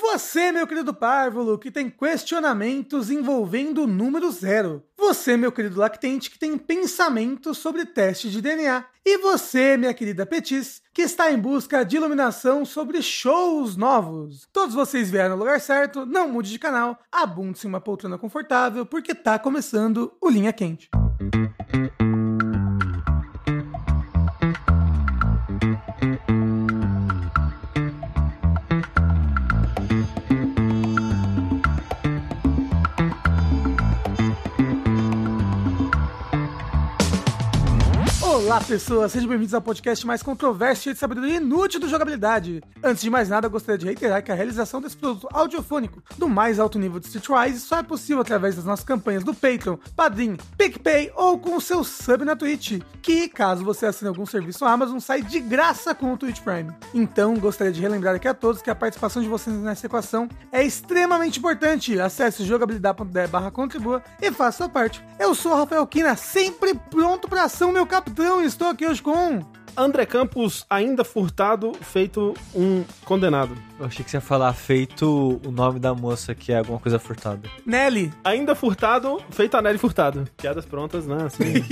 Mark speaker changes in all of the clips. Speaker 1: Você, meu querido párvulo, que tem questionamentos envolvendo o número zero. Você, meu querido lactente, que tem pensamentos sobre teste de DNA. E você, minha querida Petis, que está em busca de iluminação sobre shows novos. Todos vocês vieram no lugar certo, não mude de canal, abunde-se em uma poltrona confortável, porque tá começando o Linha Quente. Olá, pessoas! Sejam bem-vindos ao podcast mais controverso, cheio de sabedoria inútil do jogabilidade. Antes de mais nada, eu gostaria de reiterar que a realização desse produto audiofônico do mais alto nível de Streetwise só é possível através das nossas campanhas do Patreon, Padrim, PicPay ou com o seu sub na Twitch, que, caso você assine algum serviço Amazon, sai de graça com o Twitch Prime. Então, gostaria de relembrar aqui a todos que a participação de vocês nessa equação é extremamente importante. Acesse jogabilidade.de barra contribua e faça sua parte. Eu sou o Rafael Kina, sempre pronto pra ação, meu capitão, e estou aqui hoje com...
Speaker 2: André Campos ainda furtado, feito um condenado.
Speaker 3: Eu achei que você ia falar feito o nome da moça que é alguma coisa furtada.
Speaker 1: Nelly!
Speaker 2: Ainda furtado, feito a Nelly furtado. Piadas prontas, né? Assim,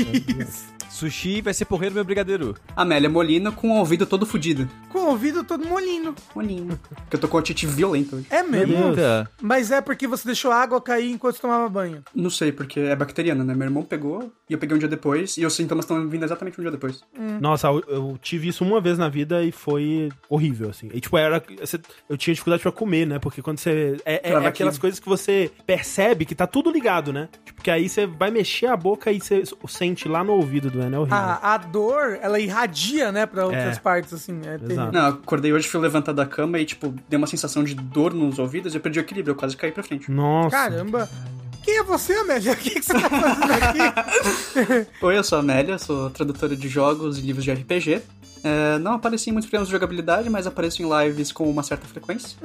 Speaker 3: Sushi vai ser porreiro meu brigadeiro.
Speaker 4: Amélia Molina com o ouvido todo fudido.
Speaker 1: Com o ouvido todo molinho.
Speaker 4: Molinho. Porque eu tô com a tite violenta hoje.
Speaker 1: É mesmo?
Speaker 3: Eita.
Speaker 1: Mas é porque você deixou a água cair enquanto tomava banho.
Speaker 4: Não sei, porque é bacteriana, né? Meu irmão pegou e eu peguei um dia depois. E os sintomas estão vindo exatamente um dia depois.
Speaker 2: Nossa, eu, eu tive isso uma vez na vida e foi horrível, assim. E, tipo, era, você- eu tinha dificuldade pra comer, né? Porque quando você. É, é-
Speaker 4: Trava
Speaker 2: é aquelas
Speaker 4: aqui.
Speaker 2: coisas que você percebe que tá tudo ligado, né? Tipo, que aí você vai mexer a boca e você sente lá no ouvido do Enel horrível.
Speaker 1: A, a dor, ela irradia, né, pra outras
Speaker 2: É.
Speaker 1: partes, assim. É terrível.
Speaker 4: Não, eu acordei hoje, fui levantar da cama e, tipo, deu uma sensação de dor nos ouvidos e eu perdi o equilíbrio. Eu quase caí pra frente.
Speaker 2: Nossa.
Speaker 1: Caramba. Quem é você, Amélia? O que, que você tá fazendo aqui?
Speaker 4: Oi, eu sou a Amélia, sou tradutora de jogos e livros de RPG. É, não apareci em muitos programas de jogabilidade, mas apareço em lives com uma certa frequência.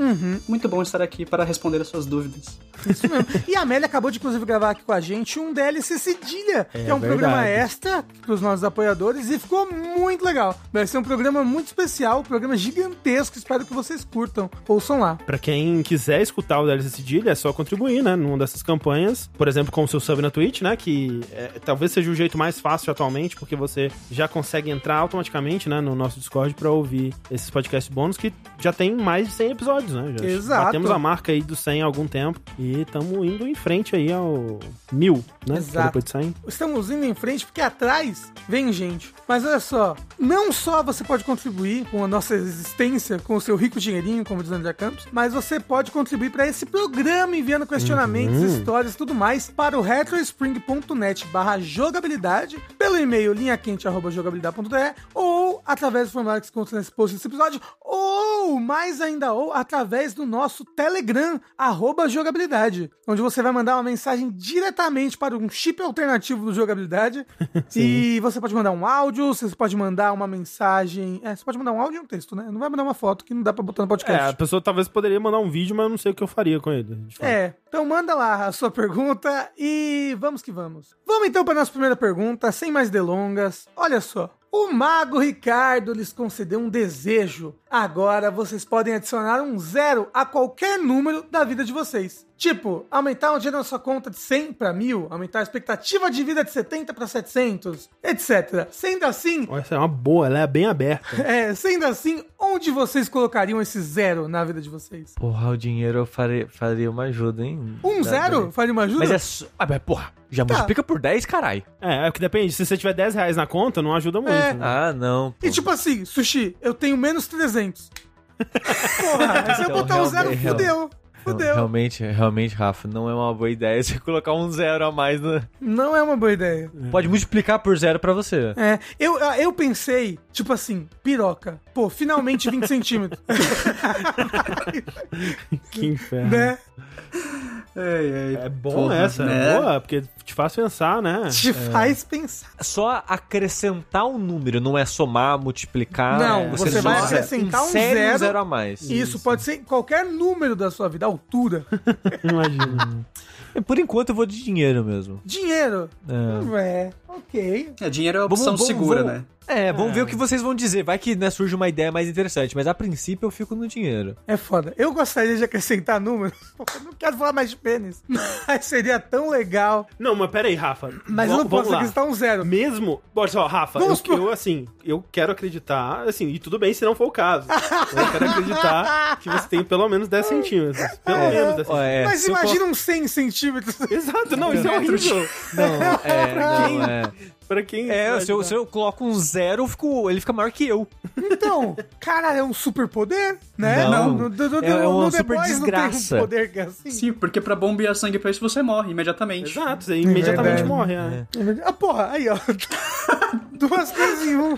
Speaker 4: Muito bom estar aqui para responder as suas dúvidas.
Speaker 1: Isso mesmo. E a Amélia acabou de, inclusive, gravar aqui com a gente um DLC Cedilha, que é um
Speaker 2: verdade.
Speaker 1: programa extra pros nossos apoiadores e ficou muito legal. Vai ser um programa muito especial, um programa gigantesco. Espero que vocês curtam. Ouçam lá.
Speaker 2: Pra quem quiser escutar o DLC Cedilha, é só contribuir, né? Numa dessas campanhas. Por exemplo, com o seu sub na Twitch, né? Que é, talvez seja o jeito mais fácil atualmente, porque você já consegue entrar automaticamente, né? No nosso Discord pra ouvir esses podcasts bônus que já tem mais de 100 episódios, né? Já
Speaker 1: Exato.
Speaker 2: Batemos a marca aí dos 100 há algum tempo e estamos indo em frente aí ao mil, né?
Speaker 1: Exato.
Speaker 2: Que é Depois de 100.
Speaker 1: Estamos indo em frente porque atrás vem gente. Mas olha só, não só você pode contribuir com a nossa existência, com o seu rico dinheirinho, como diz o André Campos, mas você pode contribuir para esse programa enviando questionamentos, histórias e tudo mais para o retrospring.net barra jogabilidade, pelo e-mail linhaquente.jogabilidade.de ou através do formulário que se encontra nesse post desse episódio, ou mais ainda, ou através do nosso Telegram, arroba jogabilidade, onde você vai mandar uma mensagem diretamente para um chip alternativo do jogabilidade. e você pode mandar um áudio, você pode mandar uma mensagem. É, você pode mandar um áudio e um texto, né? Não vai mandar uma foto que não dá pra botar no
Speaker 2: É, a
Speaker 1: podcast.
Speaker 2: pessoa talvez poderia mandar um vídeo, mas eu não sei o que eu faria com ele. de fato.
Speaker 1: É, então manda lá a sua pergunta e vamos que vamos. Vamos então para nossa primeira pergunta, sem mais delongas. Olha só. O Mago Ricardo lhes concedeu um desejo. Agora vocês podem adicionar um zero a qualquer número da vida de vocês. Tipo, aumentar um dinheiro na sua conta de 100 para 1000, aumentar a expectativa de vida de 70 para 700, etc. Sendo assim,
Speaker 2: Olha, Essa é uma boa, ela é bem aberta.
Speaker 1: é, sendo assim, onde vocês colocariam esse zero na vida de vocês?
Speaker 3: Porra, o dinheiro eu faria, faria uma ajuda, hein?
Speaker 1: Um
Speaker 3: Dá-
Speaker 1: zero?
Speaker 3: dá-
Speaker 1: Faria uma ajuda?
Speaker 3: Mas é. só- Ah, mas porra, já
Speaker 1: Tá.
Speaker 3: multiplica por 10, caralho.
Speaker 2: É, é que depende. Se você tiver 10 reais na conta, não ajuda muito.
Speaker 1: É.
Speaker 2: né?
Speaker 3: Ah, não. pô.
Speaker 1: E tipo assim, sushi, eu tenho menos 300. Porra, mas se eu
Speaker 3: Então,
Speaker 1: botar um zero,
Speaker 3: realmente,
Speaker 1: fudeu.
Speaker 3: Não,
Speaker 1: Fudeu.
Speaker 3: Realmente, realmente, Rafa, não é uma boa ideia você colocar um zero a mais. na-
Speaker 1: Não é uma boa ideia.
Speaker 3: Pode multiplicar por zero pra você.
Speaker 1: É, eu, eu pensei, tipo assim, piroca. Pô, finalmente 20 centímetros.
Speaker 2: Né? Que inferno.
Speaker 1: né?
Speaker 4: Ei, ei,
Speaker 2: É bom
Speaker 4: porra,
Speaker 2: essa,
Speaker 4: né?
Speaker 2: é boa, porque te faz pensar, né?
Speaker 1: Te
Speaker 3: É.
Speaker 1: faz pensar.
Speaker 3: Só acrescentar um número, não é somar, multiplicar.
Speaker 1: Não,
Speaker 4: você vai
Speaker 3: só
Speaker 1: acrescentar um
Speaker 3: insere
Speaker 1: zero.
Speaker 3: zero a mais.
Speaker 1: Isso, pode ser qualquer número da sua vida, altura.
Speaker 2: Imagina.
Speaker 3: Por enquanto eu vou de dinheiro mesmo.
Speaker 1: Dinheiro.
Speaker 3: É.
Speaker 1: Hum, É, ok.
Speaker 4: É, dinheiro é a opção
Speaker 3: Vamos- vamos-
Speaker 4: segura,
Speaker 3: vamos-
Speaker 4: né?
Speaker 3: É, vamos ver o que vocês vão dizer. Vai que né, surge uma ideia mais interessante, mas a princípio eu fico no dinheiro.
Speaker 1: É foda. Eu gostaria de acrescentar números, porque eu não quero falar mais de pênis. Mas seria tão legal.
Speaker 2: não, mas peraí, Rafa.
Speaker 1: Mas eu
Speaker 2: Vam-
Speaker 1: não
Speaker 2: vamos
Speaker 1: posso
Speaker 2: lá.
Speaker 1: acrescentar um zero.
Speaker 2: Mesmo. Olha só, Rafa, eu,
Speaker 1: Vamos pro-
Speaker 2: eu, assim, eu quero acreditar, assim, e tudo bem se não for o caso. eu quero acreditar que você tem pelo menos 10 centímetros. Pelo menos 10
Speaker 3: Ó,
Speaker 2: centímetros.
Speaker 3: é,
Speaker 1: Mas
Speaker 3: se eu for-
Speaker 1: imagina um uns 100 centímetros.
Speaker 2: Exato, não, isso é horrível.
Speaker 3: Não, é, não, é.
Speaker 2: pra quem.
Speaker 3: É,
Speaker 2: vai
Speaker 3: se eu,
Speaker 2: ajudar.
Speaker 3: se eu coloco um zero, eu fico- ele fica maior que eu.
Speaker 1: Então, cara, é um superpoder, né?
Speaker 3: Não,
Speaker 1: no, no, no,
Speaker 3: é
Speaker 1: no
Speaker 3: uma
Speaker 1: The
Speaker 3: super
Speaker 1: Boys
Speaker 3: desgraça.
Speaker 1: Não tem um poder que é assim.
Speaker 4: Sim, porque pra bombear sangue pra isso você morre imediatamente.
Speaker 2: Exato, você
Speaker 1: verdade.
Speaker 2: imediatamente morre, né?
Speaker 1: É verdade. Ah, porra, aí, ó. Duas coisas em um.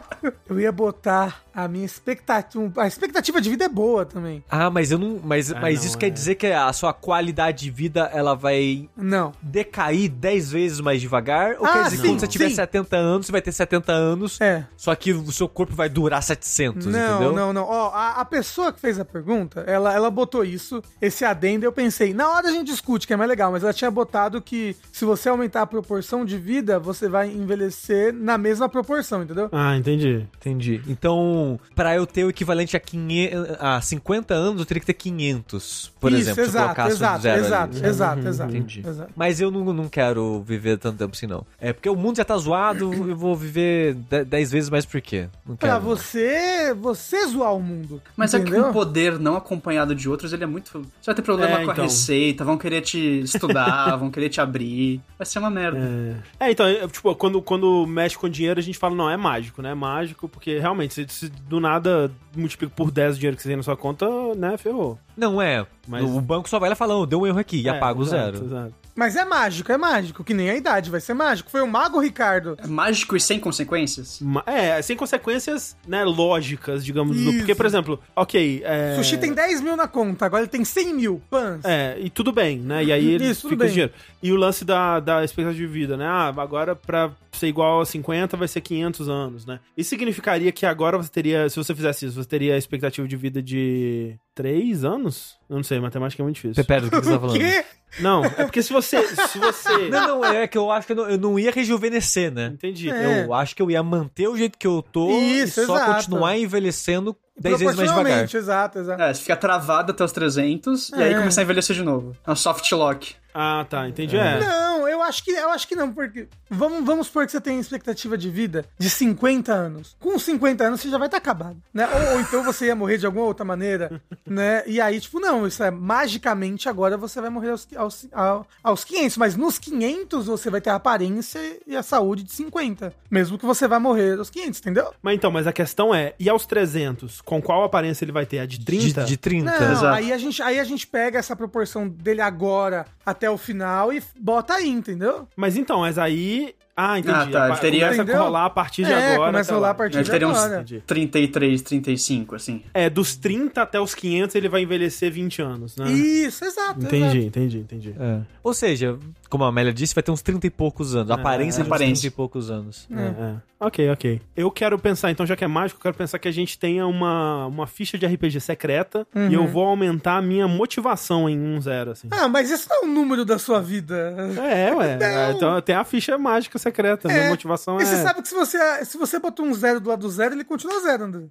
Speaker 1: Eu ia botar a minha expectativa. A expectativa de vida é boa também.
Speaker 3: Ah, mas eu não. Mas,
Speaker 2: Ah,
Speaker 3: mas
Speaker 2: não,
Speaker 3: isso
Speaker 2: é.
Speaker 3: quer dizer que a sua qualidade de vida ela vai
Speaker 1: Não.
Speaker 3: decair 10 vezes mais devagar? Ou
Speaker 1: Ah,
Speaker 3: quer dizer que
Speaker 1: sim,
Speaker 3: quando você tiver
Speaker 1: sim.
Speaker 3: 70 anos, você vai ter 70 anos,
Speaker 1: É.
Speaker 3: só que o seu corpo vai durar 700,
Speaker 1: não,
Speaker 3: entendeu?
Speaker 1: não, não. Ó, a, a pessoa que fez a pergunta, ela, ela botou isso, esse adendo, eu pensei, na hora a gente discute, que é mais legal, mas ela tinha botado que se você aumentar a proporção de vida, você vai envelhecer na mesma proporção, entendeu?
Speaker 2: Ah, entendi.
Speaker 3: Entendi. Então, pra eu ter o equivalente a, 500, a 50 anos, eu teria que ter 500, por
Speaker 1: isso,
Speaker 3: exemplo, se eu
Speaker 1: exato,
Speaker 3: colocasse um
Speaker 1: exato,
Speaker 3: zero ali,
Speaker 1: exato,
Speaker 3: sabe?
Speaker 1: exato, exato.
Speaker 3: Entendi.
Speaker 1: Exato.
Speaker 3: Mas eu não, não quero viver tanto tempo assim, não. É porque o mundo já tá zoado, eu vou viver de- dez vezes mais por quê? Não quero.
Speaker 1: Pra você, você zoar o mundo.
Speaker 4: Mas é que
Speaker 1: entendeu?
Speaker 4: um poder não acompanhado de outros, ele é muito. Você vai ter problema
Speaker 2: É,
Speaker 4: com
Speaker 2: então.
Speaker 4: a receita, vão querer te estudar, vão querer te abrir. Vai ser uma merda.
Speaker 2: É, então, é, tipo, quando, quando mexe com dinheiro, a gente fala, não, é mágico, né? É mágico, porque realmente, se, se do nada multiplica por 10 o dinheiro que você tem na sua conta, né, ferrou.
Speaker 3: Não é.
Speaker 2: Mas-
Speaker 3: O banco só vai lá e fala, "Não, deu um erro aqui, e
Speaker 2: É,
Speaker 3: apaga o
Speaker 2: exato,
Speaker 3: zero.
Speaker 2: exato.
Speaker 1: Mas é mágico, é mágico, que nem a idade, vai ser mágico. Foi o mago Ricardo.
Speaker 4: É mágico e sem consequências?
Speaker 2: Ma- É, sem consequências, né, lógicas, digamos. do-
Speaker 1: Isso.
Speaker 2: Porque, por exemplo, ok. É,
Speaker 1: Sushi tem 10 mil na conta, agora ele tem 100 mil. Pans.
Speaker 3: tá
Speaker 2: É, e tudo bem, né? E aí ele
Speaker 1: Isso, tudo
Speaker 2: fica
Speaker 1: bem.
Speaker 2: esse dinheiro. E o lance da, da expectativa de vida, né? Ah, agora pra ser igual a 50 vai ser 500 anos, né? Isso significaria que agora você teria, se você fizesse isso, você teria a expectativa de vida de 3 anos? Eu não sei, matemática é muito difícil.
Speaker 3: Pera, do que você tá falando?
Speaker 1: Que?
Speaker 2: Não, é porque se você. Se você.
Speaker 3: Não, não, é que eu acho que eu não, eu não ia rejuvenescer, né?
Speaker 2: Entendi.
Speaker 1: É.
Speaker 3: Eu acho que eu ia manter o jeito que eu tô
Speaker 1: Isso,
Speaker 3: e só
Speaker 1: exato.
Speaker 3: continuar envelhecendo dez vezes mais devagar.
Speaker 1: Proporcionalmente, exato, exato.
Speaker 4: É, você fica travado até os 300 e aí
Speaker 1: É.
Speaker 4: começa a envelhecer de novo. É um soft lock.
Speaker 2: Ah, tá, entendi. É.
Speaker 1: Não, eu acho que eu acho que não, porque vamos vamos supor que você tem expectativa de vida de 50 anos. Com 50 anos você já vai estar acabado, né? Ou, ou então você ia morrer de alguma outra maneira, né? E aí tipo, não, isso é magicamente agora você vai morrer aos aos, ao- aos 500, mas nos 500 você vai ter a aparência e a saúde de 50, mesmo que você vá morrer aos 500, entendeu?
Speaker 2: Mas então, mas a questão é, e aos 300, com qual aparência ele vai ter? A de 30?
Speaker 3: De, de 30.
Speaker 1: Não,
Speaker 4: Exato.
Speaker 1: aí a gente aí a gente pega essa proporção dele agora até o final e bota aí, entendeu?
Speaker 2: Mas então, mas aí. Ah, entendi.
Speaker 4: Ah, tá,
Speaker 2: A-
Speaker 4: ele teria-
Speaker 2: Começa
Speaker 1: Entendeu?
Speaker 2: a rolar a partir de
Speaker 1: É,
Speaker 2: agora.
Speaker 1: começa a
Speaker 2: até
Speaker 1: rolar
Speaker 2: lá.
Speaker 1: a partir
Speaker 4: Ele
Speaker 1: de
Speaker 4: teria uns
Speaker 1: agora.
Speaker 4: 33, 35, assim.
Speaker 2: É, dos 30 até os 500 ele vai envelhecer 20 anos, né?
Speaker 1: Isso, exato. exato.
Speaker 2: Entendi, entendi, entendi.
Speaker 3: É. Ou seja, como a Amélia disse, vai ter uns 30 e poucos anos. A aparência de uns
Speaker 4: aparência.
Speaker 3: 30 e poucos anos.
Speaker 2: É, é. Ok, ok. Eu quero pensar, então, já que é mágico, eu quero pensar que a gente tenha uma, uma ficha de RPG secreta e
Speaker 1: Uhum.
Speaker 2: eu vou aumentar a minha motivação em um zero, assim.
Speaker 1: Ah, mas isso não é um número da sua vida.
Speaker 2: É, ué.
Speaker 1: Ah, Não.
Speaker 2: Então tem a ficha mágica secreta.
Speaker 1: É.
Speaker 2: Minha motivação é.
Speaker 1: E você sabe que se você, se você botou um zero do lado do zero, ele continua zero, André.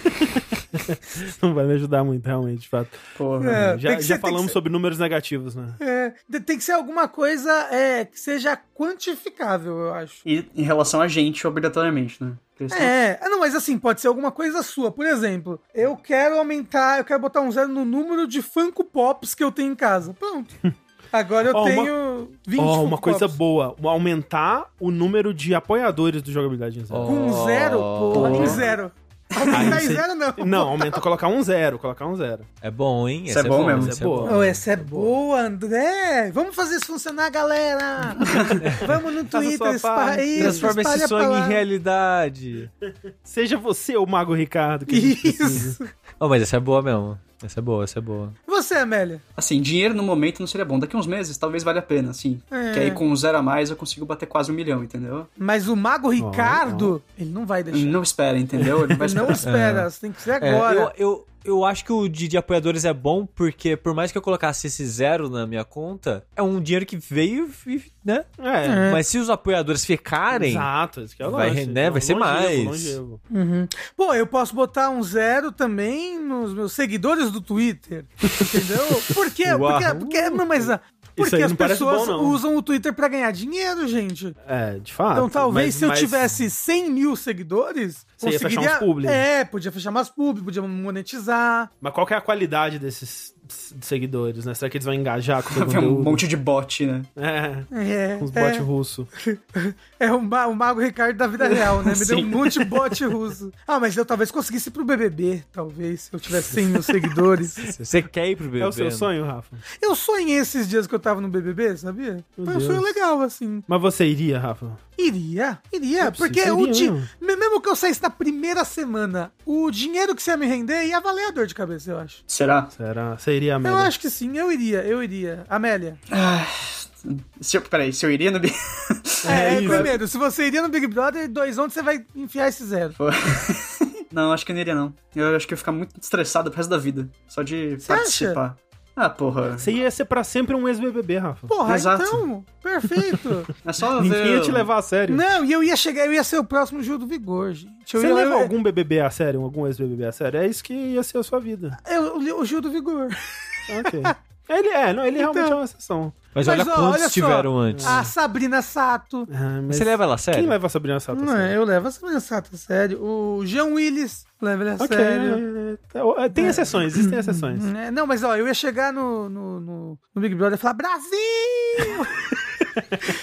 Speaker 2: Não vai me ajudar muito, realmente, de fato.
Speaker 4: Porra.
Speaker 1: É,
Speaker 2: já
Speaker 1: tem que
Speaker 2: já
Speaker 1: ser- tem
Speaker 2: falamos
Speaker 1: que ser-
Speaker 2: sobre números negativos, né?
Speaker 1: É, de- tem que ser alguma coisa é, que seja quantificável, eu acho.
Speaker 4: E em relação a gente, obrigatoriamente, né? Porque senão-
Speaker 1: É, ah, não, mas assim, pode ser alguma coisa sua. Por exemplo, eu quero aumentar, eu quero botar um zero no número de Funko Pops que eu tenho em casa. Pronto. Agora eu
Speaker 2: Ó, uma-
Speaker 1: tenho 20
Speaker 2: Ó,
Speaker 1: Funko
Speaker 2: uma coisa
Speaker 1: Pops.
Speaker 2: boa, aumentar o número de apoiadores do Jogabilidade em Zero.
Speaker 3: Ó.
Speaker 1: Com um zero, pô, em zero. Aumentar em
Speaker 2: você-
Speaker 1: zero, não.
Speaker 2: Não, aumenta, colocar um zero, colocar um zero.
Speaker 3: É bom, hein?
Speaker 4: Isso é bom mesmo,
Speaker 3: esse
Speaker 2: isso é boa.
Speaker 1: Oh, essa é boa, André! Vamos fazer isso funcionar, galera! Vamos no
Speaker 2: Faça
Speaker 1: Twitter,
Speaker 2: sua
Speaker 1: espalha
Speaker 2: parte.
Speaker 1: isso,
Speaker 3: Transforma
Speaker 1: espalha
Speaker 3: esse
Speaker 1: a
Speaker 3: sonho em
Speaker 1: palavra.
Speaker 3: realidade.
Speaker 2: Seja você o Mago Ricardo. Que a gente precisa.
Speaker 1: Isso!
Speaker 3: Oh, mas essa é boa mesmo. Essa é boa, essa é boa.
Speaker 1: E você, Amélia?
Speaker 4: Assim, dinheiro no momento não seria bom. Daqui uns meses talvez valha a pena, assim.
Speaker 1: É.
Speaker 4: Que aí com um zero a mais eu consigo bater quase um milhão, entendeu?
Speaker 1: Mas o Mago Ricardo, ele não vai deixar.
Speaker 4: Não espera, entendeu? Ele vai
Speaker 1: Não,
Speaker 4: esperar.
Speaker 1: espera, você tem que ser
Speaker 3: É,
Speaker 1: agora.
Speaker 3: eu, eu, eu acho que o de, de apoiadores é bom, porque por mais que eu colocasse esse zero na minha conta, é um dinheiro que veio, e, né?
Speaker 2: É.
Speaker 3: Mas se os apoiadores ficarem,
Speaker 2: Exato, isso que é o
Speaker 3: Vai
Speaker 2: lance.
Speaker 3: render, vai ser
Speaker 2: longevo,
Speaker 3: mais.
Speaker 2: longevo.
Speaker 1: Uhum. Pô, eu posso botar um zero também nos meus seguidores do Twitter. Entendeu? Por quê? Porque,
Speaker 2: Uau.
Speaker 1: porque, não, mas, ah, porque
Speaker 2: aí
Speaker 1: as
Speaker 2: não parece
Speaker 1: pessoas
Speaker 2: bom, não.
Speaker 1: usam o Twitter pra ganhar dinheiro, gente.
Speaker 2: É, de fato.
Speaker 1: Então, talvez
Speaker 2: mas-
Speaker 1: se eu
Speaker 2: mas-
Speaker 1: tivesse 100 mil seguidores,
Speaker 2: Você ia fechar uns publi.
Speaker 1: É, podia fechar mais publi, podia monetizar.
Speaker 2: Mas qual que é a qualidade desses s- seguidores, né? Será que eles vão engajar com o
Speaker 4: Vem
Speaker 2: conteúdo?
Speaker 4: um monte de bot, né?
Speaker 2: É,
Speaker 1: É,
Speaker 2: com os bots
Speaker 1: é,
Speaker 2: russos.
Speaker 1: é o, ma- o Mago Ricardo da vida real, né? Me deu um
Speaker 4: Sim.
Speaker 1: monte de bote russo. Ah, mas eu talvez conseguisse ir pro BBB, talvez, se eu tivesse 100 mil seguidores.
Speaker 3: você quer ir pro né? BBB?
Speaker 2: É o seu sonho, Rafa?
Speaker 1: Eu sonhei esses dias que eu tava no BBB, sabia?
Speaker 2: Meu
Speaker 1: Foi um sonho
Speaker 2: Deus.
Speaker 1: legal, assim.
Speaker 2: Mas você iria, Rafa?
Speaker 1: Iria, iria,
Speaker 2: É
Speaker 1: porque
Speaker 2: possível,
Speaker 1: o
Speaker 2: iria,
Speaker 1: di-
Speaker 2: não.
Speaker 1: me- mesmo que eu saísse na primeira semana, o dinheiro que você ia me render ia valer a dor de cabeça, eu acho.
Speaker 4: Será?
Speaker 2: Será? Você iria,
Speaker 1: Eu
Speaker 2: Amélia?
Speaker 1: acho que sim, eu iria, eu iria. Amélia.
Speaker 4: Ah, se eu, peraí, se eu iria no. Big-
Speaker 1: É,
Speaker 2: isso.
Speaker 1: primeiro, se você iria no Big Brother, dois onde você vai enfiar esse zero.
Speaker 4: Pô. não, acho que eu não iria, não. Eu acho que eu ia ficar muito estressado pro resto da vida. Só de
Speaker 1: Você
Speaker 4: participar. Ah, porra.
Speaker 2: Você ia ser pra sempre um ex-BBB, Rafa.
Speaker 1: Porra,
Speaker 4: Exato.
Speaker 1: então, perfeito.
Speaker 4: É só ver.
Speaker 2: Ninguém ia te levar a sério.
Speaker 1: Não, e eu ia chegar, eu ia ser o próximo Gil do Vigor, gente. né? Eu
Speaker 2: Você
Speaker 1: ia,
Speaker 2: leva
Speaker 1: eu-
Speaker 2: algum BBB a sério, algum ex-BBB a sério? É isso que ia ser a sua vida.
Speaker 1: eu- eu- o Gil do Vigor.
Speaker 2: Ok. Ele é, não, ele
Speaker 1: Então-
Speaker 2: realmente é uma exceção.
Speaker 3: Mas,
Speaker 1: Mas,
Speaker 3: olha
Speaker 1: ó,
Speaker 3: quantos
Speaker 1: olha só. Ah,
Speaker 3: tiveram antes.
Speaker 1: A Sabrina Sato.
Speaker 2: Ah, mas
Speaker 3: Você leva ela a
Speaker 4: É.
Speaker 2: Quem
Speaker 3: sério?
Speaker 2: leva a Sabrina Sato a
Speaker 1: Não é,
Speaker 2: sério?
Speaker 1: eu levo essa mensata a sério. O Jean Willis leva ele a
Speaker 2: Ok,
Speaker 1: sério.
Speaker 2: é, tá- tem exceções, existem exceções.
Speaker 1: É, não, mas ó, eu ia chegar no, no, no- no Big Brother e falar, Brasil!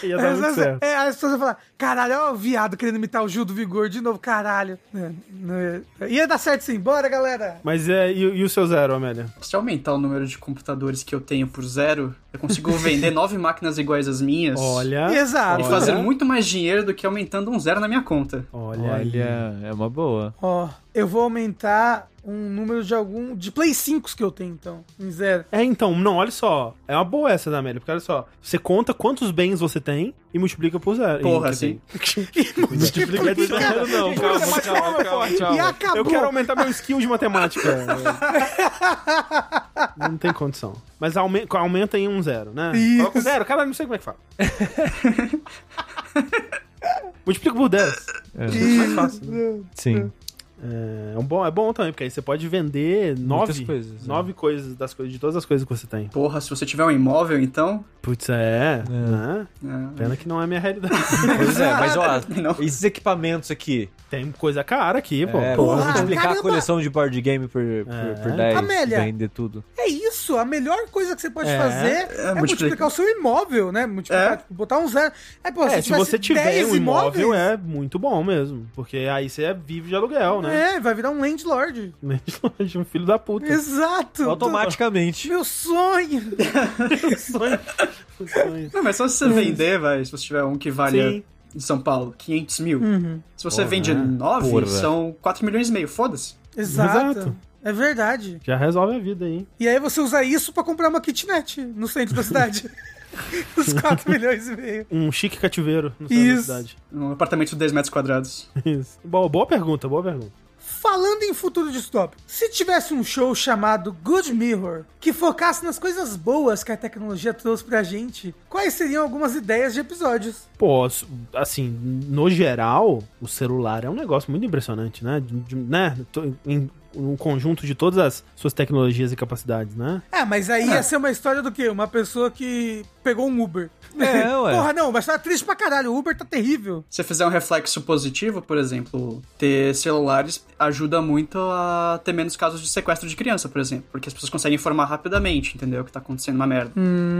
Speaker 2: Ia
Speaker 1: Aí
Speaker 2: dar
Speaker 1: as
Speaker 2: muito
Speaker 1: pessoas-
Speaker 2: certo.
Speaker 1: é, aí as pessoas iam falar, caralho, ó o viado querendo imitar o Gil do Vigor de novo, caralho. É, não ia- ia dar certo sim, bora galera!
Speaker 2: Mas é, e, e o seu zero, Amélia?
Speaker 4: Se eu aumentar o número de computadores que eu tenho por zero, eu consigo vender nove máquinas iguais às minhas.
Speaker 2: Olha.
Speaker 1: Exato.
Speaker 4: E
Speaker 2: olha,
Speaker 4: fazer muito mais dinheiro do que aumentando um zero na minha conta.
Speaker 2: Olha. aí.
Speaker 3: Olha, é uma boa.
Speaker 1: Ó, eu vou aumentar um número de algum. de Play 5 que eu tenho, então, em zero.
Speaker 2: É, então, não, olha só. É uma boa essa da Amélia, porque olha só. Você conta quantos bens você tem e multiplica por zero.
Speaker 4: Porra,
Speaker 2: E-
Speaker 4: sim.
Speaker 1: E multiplica.
Speaker 2: Multiplica por zero, não. Calma,
Speaker 1: Mas
Speaker 2: calma,
Speaker 1: calma,
Speaker 2: calma,
Speaker 1: E
Speaker 2: calma.
Speaker 1: acabou.
Speaker 2: Eu quero aumentar meu skill de matemática. não tem condição. Mas aume- aumenta em um zero, né?
Speaker 1: Isso.
Speaker 2: Coloca um Zero, cara, não sei como é que fala. Multiplica por 10.
Speaker 1: Isso.
Speaker 3: Sim.
Speaker 2: É, é um bom, é bom também, porque aí você pode vender nove
Speaker 3: coisas,
Speaker 2: coisas,
Speaker 3: é.
Speaker 2: nove coisas das coisas, de todas as coisas que você tem.
Speaker 4: Porra, se você tiver um imóvel, então.
Speaker 2: Putz, é, né?
Speaker 4: é,
Speaker 2: Pena que não é a minha realidade.
Speaker 3: Pois é, mas ó,
Speaker 4: Não.
Speaker 3: esses equipamentos aqui.
Speaker 2: Tem coisa cara aqui, pô.
Speaker 3: É,
Speaker 1: Porra,
Speaker 3: vou multiplicar
Speaker 1: Ah, caramba.
Speaker 3: a coleção de board game por, por,
Speaker 2: É.
Speaker 3: por 10
Speaker 1: Amélia.
Speaker 3: e vender tudo.
Speaker 1: É isso, a melhor coisa que você pode
Speaker 2: É.
Speaker 1: fazer é,
Speaker 4: É,
Speaker 1: multiplicar.
Speaker 4: multiplica-
Speaker 1: o seu imóvel, né? Multiplicar,
Speaker 4: É.
Speaker 1: tipo, botar um zero. É, pô,
Speaker 2: É, se você tiver
Speaker 1: 10
Speaker 2: um imóvel,
Speaker 1: imóveis,
Speaker 2: é muito bom mesmo. Porque aí você vive de aluguel, né?
Speaker 1: É, vai virar um landlord.
Speaker 2: De um filho da puta.
Speaker 1: Exato.
Speaker 3: Automaticamente.
Speaker 1: Meu sonho.
Speaker 2: Sonho. Um Sonho.
Speaker 4: Não, mas só se você vender, vai. Se você tiver um que vale
Speaker 2: Uhum. Sim.
Speaker 4: em São Paulo, 500 mil. Se você
Speaker 2: Porra,
Speaker 4: vende
Speaker 2: é.
Speaker 4: 9,
Speaker 3: Porra.
Speaker 4: são 4 milhões e meio. Foda-se.
Speaker 1: Exato.
Speaker 2: Exato.
Speaker 1: É verdade.
Speaker 2: Já resolve a vida aí.
Speaker 1: E aí você usa isso pra comprar uma kitnet no centro da cidade. Os 4 milhões e meio.
Speaker 2: Um chique cativeiro na
Speaker 1: Isso.
Speaker 2: cidade.
Speaker 4: Um apartamento de 10 metros quadrados.
Speaker 2: Isso. Boa, boa pergunta, boa pergunta.
Speaker 1: Falando em futuro distópico, se tivesse um show chamado Good Mirror, que focasse nas coisas boas que a tecnologia trouxe pra gente, quais seriam algumas ideias de episódios?
Speaker 2: Pô, s- assim, no geral, o celular é um negócio muito impressionante, né? De- de- né? To- Em um conjunto de todas as suas tecnologias e capacidades, né?
Speaker 1: É, mas aí ia ser uma história do quê? Uma pessoa que pegou um Uber.
Speaker 3: É, ué.
Speaker 1: Porra, não, mas tá triste pra caralho. O Uber tá terrível.
Speaker 4: Se você fizer um reflexo positivo, por exemplo, ter celulares ajuda muito a ter menos casos de sequestro de criança, por exemplo. Porque as pessoas conseguem informar rapidamente, entendeu? O que tá acontecendo uma merda.
Speaker 1: Hum.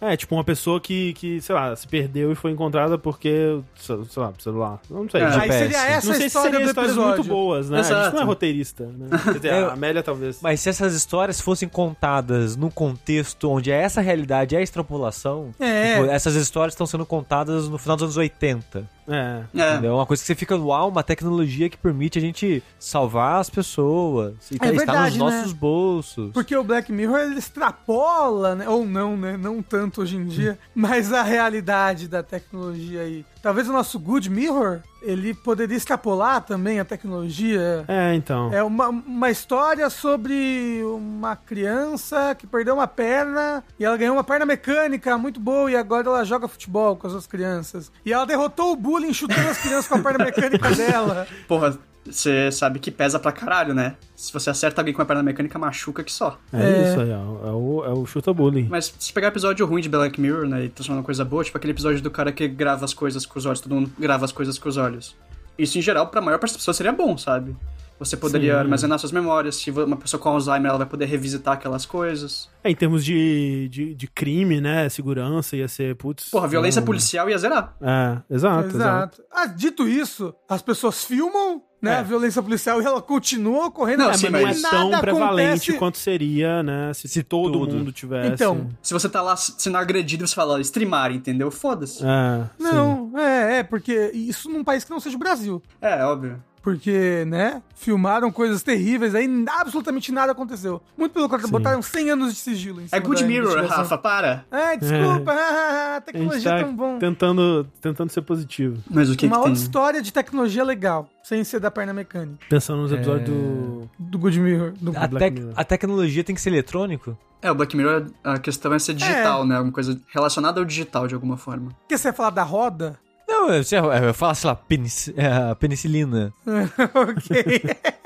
Speaker 2: É, tipo uma pessoa que, que sei lá, se perdeu e foi encontrada porque, sei sei lá, celular. Não sei.
Speaker 4: É.
Speaker 2: Tipo,
Speaker 1: aí
Speaker 3: GPS.
Speaker 1: seria essa
Speaker 2: não
Speaker 1: a
Speaker 2: sei se
Speaker 1: história
Speaker 2: seria
Speaker 1: do
Speaker 2: histórias
Speaker 1: episódio.
Speaker 2: muito boas, né? A gente
Speaker 4: Exato.
Speaker 2: não é roteirista, né? Quer dizer,
Speaker 3: Eu-
Speaker 2: a Amélia talvez.
Speaker 3: Mas se essas histórias fossem contadas num contexto onde essa realidade é a extrapolação,
Speaker 1: É.
Speaker 3: tipo, essas histórias estão sendo contadas no final dos anos 80.
Speaker 2: É.
Speaker 3: É. uma coisa que você fica, uau, uma tecnologia que permite a gente salvar as pessoas. E tá-
Speaker 1: É
Speaker 3: está nos
Speaker 1: verdade, né?
Speaker 3: nossos bolsos.
Speaker 1: Porque o Black Mirror ele extrapola, né? ou não, né? Não tanto hoje em dia, mas a realidade da tecnologia aí. Talvez o nosso Good Mirror ele poderia extrapolar também a tecnologia.
Speaker 2: É, então.
Speaker 1: É uma, uma história sobre uma criança que perdeu uma perna e ela ganhou uma perna mecânica muito boa e agora ela joga futebol com as outras crianças. E ela derrotou o bullying chutando as crianças com a perna mecânica dela.
Speaker 4: Porra, você sabe que pesa pra caralho, né? Se você acerta alguém com a perna mecânica, machuca que só.
Speaker 2: É, isso aí, ó. É o, é o chuta bullying.
Speaker 4: Mas se pegar episódio ruim de Black Mirror, né, e transformar numa coisa boa, tipo aquele episódio do cara que grava as coisas com os olhos, todo mundo grava as coisas com os olhos. Isso, em geral, pra maior parte das pessoas seria bom, sabe? Você poderia
Speaker 2: Sim.
Speaker 4: armazenar suas memórias, se uma pessoa com Alzheimer, ela vai poder revisitar aquelas coisas.
Speaker 2: É, em termos de, de, de crime, né? Segurança, ia ser, putz.
Speaker 4: Porra, violência
Speaker 2: não-
Speaker 4: policial ia zerar.
Speaker 2: É, exato, exato.
Speaker 1: Exato. Ah, dito isso, as pessoas filmam né,
Speaker 2: É.
Speaker 1: a violência policial e ela continua ocorrendo.
Speaker 4: Não,
Speaker 2: É,
Speaker 4: sim,
Speaker 2: mas não é
Speaker 4: mas
Speaker 2: tão
Speaker 1: nada
Speaker 2: prevalente
Speaker 1: acontece-
Speaker 2: quanto seria, né? Se,
Speaker 3: Se
Speaker 2: todo
Speaker 3: tudo.
Speaker 2: mundo tivesse.
Speaker 1: Então.
Speaker 4: Se você tá lá sendo agredido, você fala, streamar, entendeu? Foda-se.
Speaker 2: É, sim.
Speaker 1: Não, é, é, porque isso num país que não seja o Brasil.
Speaker 4: É, óbvio.
Speaker 1: Porque, né, filmaram coisas terríveis, aí absolutamente nada aconteceu. Muito pelo contrário,
Speaker 2: Sim.
Speaker 1: botaram 100 anos de sigilo em
Speaker 4: É
Speaker 1: cima
Speaker 4: Good
Speaker 1: da
Speaker 4: Mirror,
Speaker 1: investigação.
Speaker 4: Rafa, para.
Speaker 1: É, desculpa, a
Speaker 2: A gente
Speaker 1: tecnologia é
Speaker 2: tá
Speaker 1: tão bom.
Speaker 2: tentando, tentando ser positivo.
Speaker 4: Mas o que
Speaker 1: Uma
Speaker 4: que tem?
Speaker 1: outra história de tecnologia legal, sem ser da perna mecânica.
Speaker 2: Pensando nos episódios
Speaker 1: É.
Speaker 2: do.
Speaker 1: Do Good Mirror. Do...
Speaker 3: A,
Speaker 2: Black
Speaker 3: tec-
Speaker 2: Mirror.
Speaker 3: a tecnologia tem que ser eletrônico?
Speaker 4: É, o Black Mirror, a questão é ser digital, né? Alguma coisa relacionada ao digital, de alguma forma.
Speaker 1: Porque você ia falar da roda?
Speaker 3: Não, eu, sei lá, eu ia falar, sei lá, penici- é, penicilina.
Speaker 1: ok.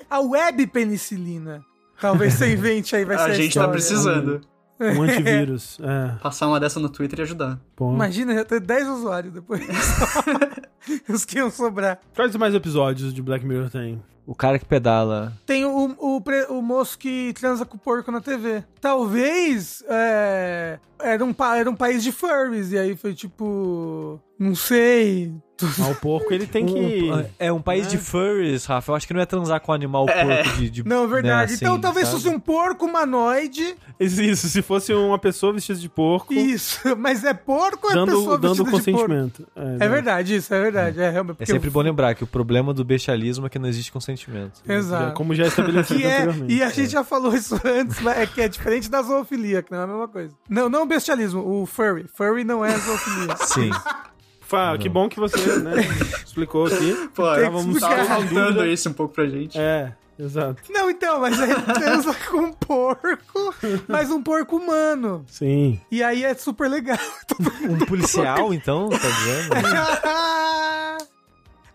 Speaker 1: A web penicilina. Talvez você invente aí, vai ser
Speaker 4: a gente
Speaker 1: história.
Speaker 4: tá precisando.
Speaker 2: Um antivírus. é,
Speaker 4: Passar uma dessa no Twitter e ajudar.
Speaker 2: bom.
Speaker 1: Imagina, já tem 10 usuários depois. Os que iam sobrar.
Speaker 2: Quais mais episódios de Black Mirror tem?
Speaker 3: O cara que pedala.
Speaker 1: Tem o, o, pre- o moço que transa com o porco na TV. Talvez é, era, um, pa- era um país de furries, e aí foi tipo. Não sei.
Speaker 2: Ah, o porco, ele tem que.
Speaker 3: Um- é um país de furries, Rafa. Eu acho que não é transar com animal porco de, de-
Speaker 1: Não, é verdade.
Speaker 3: né, assim,
Speaker 1: então talvez
Speaker 3: sabe?
Speaker 1: fosse um porco humanoide.
Speaker 2: Isso, se fosse uma pessoa vestida de porco,
Speaker 1: Isso, mas é porco ou é
Speaker 2: dando,
Speaker 1: pessoa vestida
Speaker 2: dando
Speaker 1: de porco?
Speaker 2: consentimento. né?
Speaker 1: É verdade, isso, é verdade. É, realmente.
Speaker 3: É
Speaker 1: porque
Speaker 3: sempre bom lembrar que o problema do bestialismo é que não existe consentimento.
Speaker 2: Já,
Speaker 1: Exato.
Speaker 2: É, né? como já estabelecido
Speaker 1: Que é,
Speaker 2: anteriormente.
Speaker 1: e a gente já falou isso antes, mas é que é diferente da zoofilia, que não é a mesma coisa. Não, não bestialismo, o furry. Furry não é zoofilia.
Speaker 3: Sim.
Speaker 2: Fá, É. que bom que você né, explicou aqui.
Speaker 4: Pô,
Speaker 1: Tem que
Speaker 4: vamos
Speaker 1: explicar.
Speaker 4: tá faltando isso um pouco pra gente.
Speaker 2: É, exato.
Speaker 1: não, então, mas aí transa com um porco, mas um porco humano.
Speaker 2: Sim.
Speaker 1: E aí é super legal.
Speaker 3: Um policial, então, tá dizendo?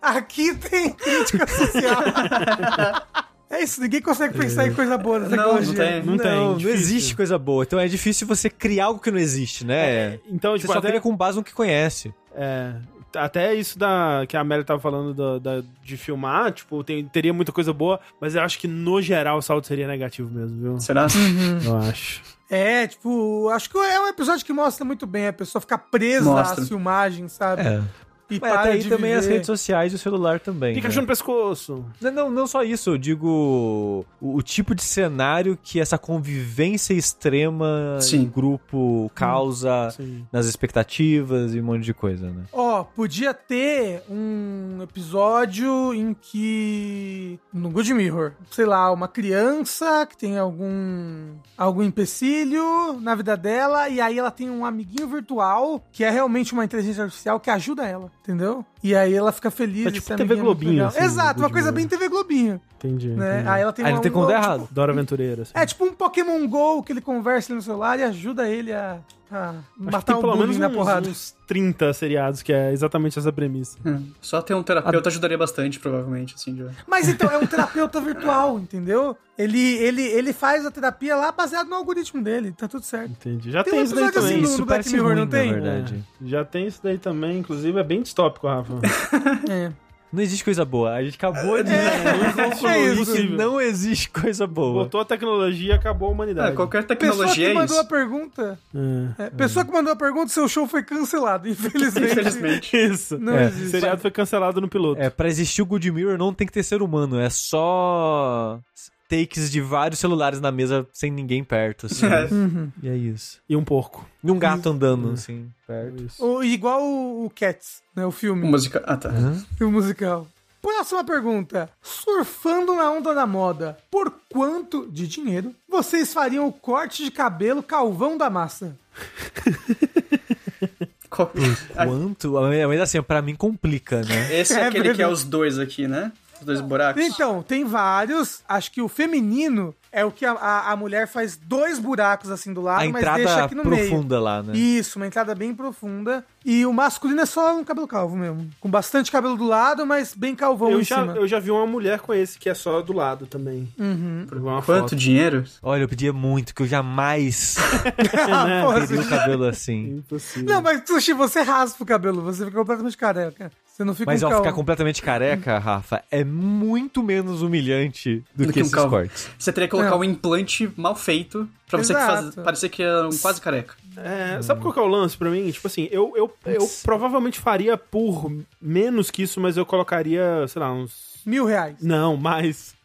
Speaker 1: Aqui tem crítica social. É isso, ninguém consegue pensar em coisa boa nessa
Speaker 4: É. Não, não
Speaker 1: tecnologia.
Speaker 4: tem,
Speaker 2: não tem.
Speaker 3: Não, não
Speaker 2: difícil.
Speaker 3: existe coisa boa. Então é difícil você criar algo que não existe, né?
Speaker 2: Então,
Speaker 3: Você
Speaker 2: tipo,
Speaker 3: só
Speaker 2: até,
Speaker 3: cria com base no que conhece.
Speaker 2: é, até isso da, que a Amélia tava falando da- da- de filmar, tipo, tem- teria muita coisa boa, mas eu acho que no geral o saldo seria negativo mesmo, viu?
Speaker 4: Será?
Speaker 2: Eu acho.
Speaker 1: É, tipo, acho que é um episódio que mostra muito bem a pessoa ficar presa
Speaker 4: Mostra.
Speaker 1: às filmagens, sabe?
Speaker 3: É.
Speaker 1: E
Speaker 3: Mas até aí também assim, as
Speaker 1: viver.
Speaker 3: redes sociais e o celular também. né?
Speaker 2: Pikachu no pescoço.
Speaker 3: Não, não, não só isso, eu digo o, o tipo de cenário que essa convivência extrema
Speaker 4: Sim.
Speaker 3: em grupo causa
Speaker 2: Sim.
Speaker 3: nas expectativas e um monte de coisa, né?
Speaker 1: Ó, podia ter um episódio em que. No Good Mirror, sei lá, uma criança que tem algum. algum empecilho na vida dela, e aí ela tem um amiguinho virtual, que é realmente uma inteligência artificial que ajuda ela, entendeu? E aí ela fica feliz.
Speaker 2: É tipo
Speaker 1: esse
Speaker 2: TV
Speaker 1: amiguinho é muito
Speaker 2: Globinho,
Speaker 1: legal.
Speaker 2: assim,
Speaker 1: Exato,
Speaker 2: no
Speaker 1: uma
Speaker 2: Good
Speaker 1: coisa
Speaker 2: Mirror.
Speaker 1: bem TV Globinho,
Speaker 2: Entendi.
Speaker 1: né?
Speaker 2: entendi.
Speaker 1: Aí ela tem
Speaker 3: Aí
Speaker 1: uma-
Speaker 3: não tem como
Speaker 1: um-
Speaker 3: dar
Speaker 1: tipo,
Speaker 3: errado.
Speaker 2: Dora Aventureira. assim.
Speaker 1: É tipo um Pokémon GO que ele conversa ali no celular e ajuda ele a, a
Speaker 2: Acho que
Speaker 1: matar
Speaker 2: tem
Speaker 1: o
Speaker 2: pelo
Speaker 1: bullying
Speaker 2: menos
Speaker 1: na
Speaker 2: uns-
Speaker 1: porrada.
Speaker 2: uns 30 seriados que é exatamente essa premissa.
Speaker 4: Hum. Só ter um terapeuta ajudaria bastante, provavelmente, assim, de...
Speaker 1: Mas então, é um terapeuta virtual, entendeu? Ele, ele, ele faz a terapia lá baseado no algoritmo dele, tá tudo certo.
Speaker 2: Entendi. Já
Speaker 1: Tem
Speaker 2: tem,
Speaker 1: um
Speaker 2: isso daí
Speaker 1: episódio
Speaker 2: também.
Speaker 1: assim no- no Black
Speaker 3: parece
Speaker 1: Mirror, não
Speaker 3: na
Speaker 1: tem?
Speaker 3: verdade.
Speaker 2: É, já tem isso daí também, inclusive é bem distópico, Rafa.
Speaker 1: É.
Speaker 3: Não existe coisa boa. A gente acabou de
Speaker 1: é
Speaker 3: concluir
Speaker 1: isso.
Speaker 3: que não existe coisa boa.
Speaker 2: Botou a tecnologia, acabou a
Speaker 4: É,
Speaker 2: humanidade.
Speaker 4: qualquer
Speaker 1: Pessoa que
Speaker 4: tecnologia é
Speaker 1: mandou a
Speaker 4: isso.
Speaker 1: pergunta.
Speaker 2: É.
Speaker 1: é, pessoa que mandou a pergunta, seu show foi cancelado, infelizmente.
Speaker 4: Infelizmente.
Speaker 2: Isso.
Speaker 1: Não
Speaker 3: É,
Speaker 2: O
Speaker 1: existe.
Speaker 2: seriado foi cancelado no piloto.
Speaker 3: É, pra existir o Good Mirror não tem que ter ser humano, é só takes de vários celulares na mesa sem ninguém perto, assim. E é isso.
Speaker 2: E um porco.
Speaker 3: E um gato andando, assim, perto.
Speaker 1: O- igual o o Cats, né? O filme.
Speaker 4: Música. Ah, tá.
Speaker 1: Filme musical. Próxima pergunta. Surfando na onda da moda, por quanto de dinheiro vocês fariam o corte de cabelo calvão da massa?
Speaker 4: Qual-
Speaker 1: Hum.
Speaker 4: Ah,
Speaker 3: Quanto? Mas assim, pra mim complica, né?
Speaker 4: Esse é,
Speaker 1: É
Speaker 4: aquele que é
Speaker 1: verdade.
Speaker 4: os dois aqui, né? Os dois buracos.
Speaker 1: Então, tem vários. Acho que o feminino é o que a, a- a mulher faz dois buracos assim do lado,
Speaker 3: A
Speaker 1: mas deixa
Speaker 3: entrada
Speaker 1: aqui no meio.
Speaker 3: profunda lá, né?
Speaker 1: Isso, uma entrada bem profunda. E o masculino é só um cabelo calvo mesmo. Com bastante cabelo do lado, mas bem calvão
Speaker 2: Eu
Speaker 1: em
Speaker 2: já,
Speaker 1: cima.
Speaker 2: eu já vi uma mulher com esse que é só do lado também. Uhum. Uma
Speaker 4: Quanto
Speaker 2: foto.
Speaker 4: dinheiro?
Speaker 3: Olha, eu pedia muito, que eu jamais
Speaker 1: Ah,
Speaker 2: né?
Speaker 1: porra,
Speaker 3: teria o
Speaker 1: Sushi.
Speaker 3: cabelo assim.
Speaker 2: Impossível.
Speaker 1: Não, mas Sushi, você raspa o cabelo, você fica completamente careca. Você não fica
Speaker 3: Mas
Speaker 1: um
Speaker 3: ó,
Speaker 1: calvo.
Speaker 3: ficar completamente careca, Rafa, é muito menos humilhante do,
Speaker 4: Do
Speaker 3: que,
Speaker 4: que um
Speaker 3: esses
Speaker 4: calvo.
Speaker 3: cortes.
Speaker 4: Você teria que colocar
Speaker 1: Não.
Speaker 4: um implante mal feito pra você que
Speaker 1: Exato.
Speaker 4: faz, parecer que é um quase careca.
Speaker 2: É, sabe qual que é o lance pra mim? Tipo assim, eu, eu, eu provavelmente faria por menos que isso, mas eu colocaria, sei lá, uns.
Speaker 1: Mil reais.
Speaker 2: Não, mais.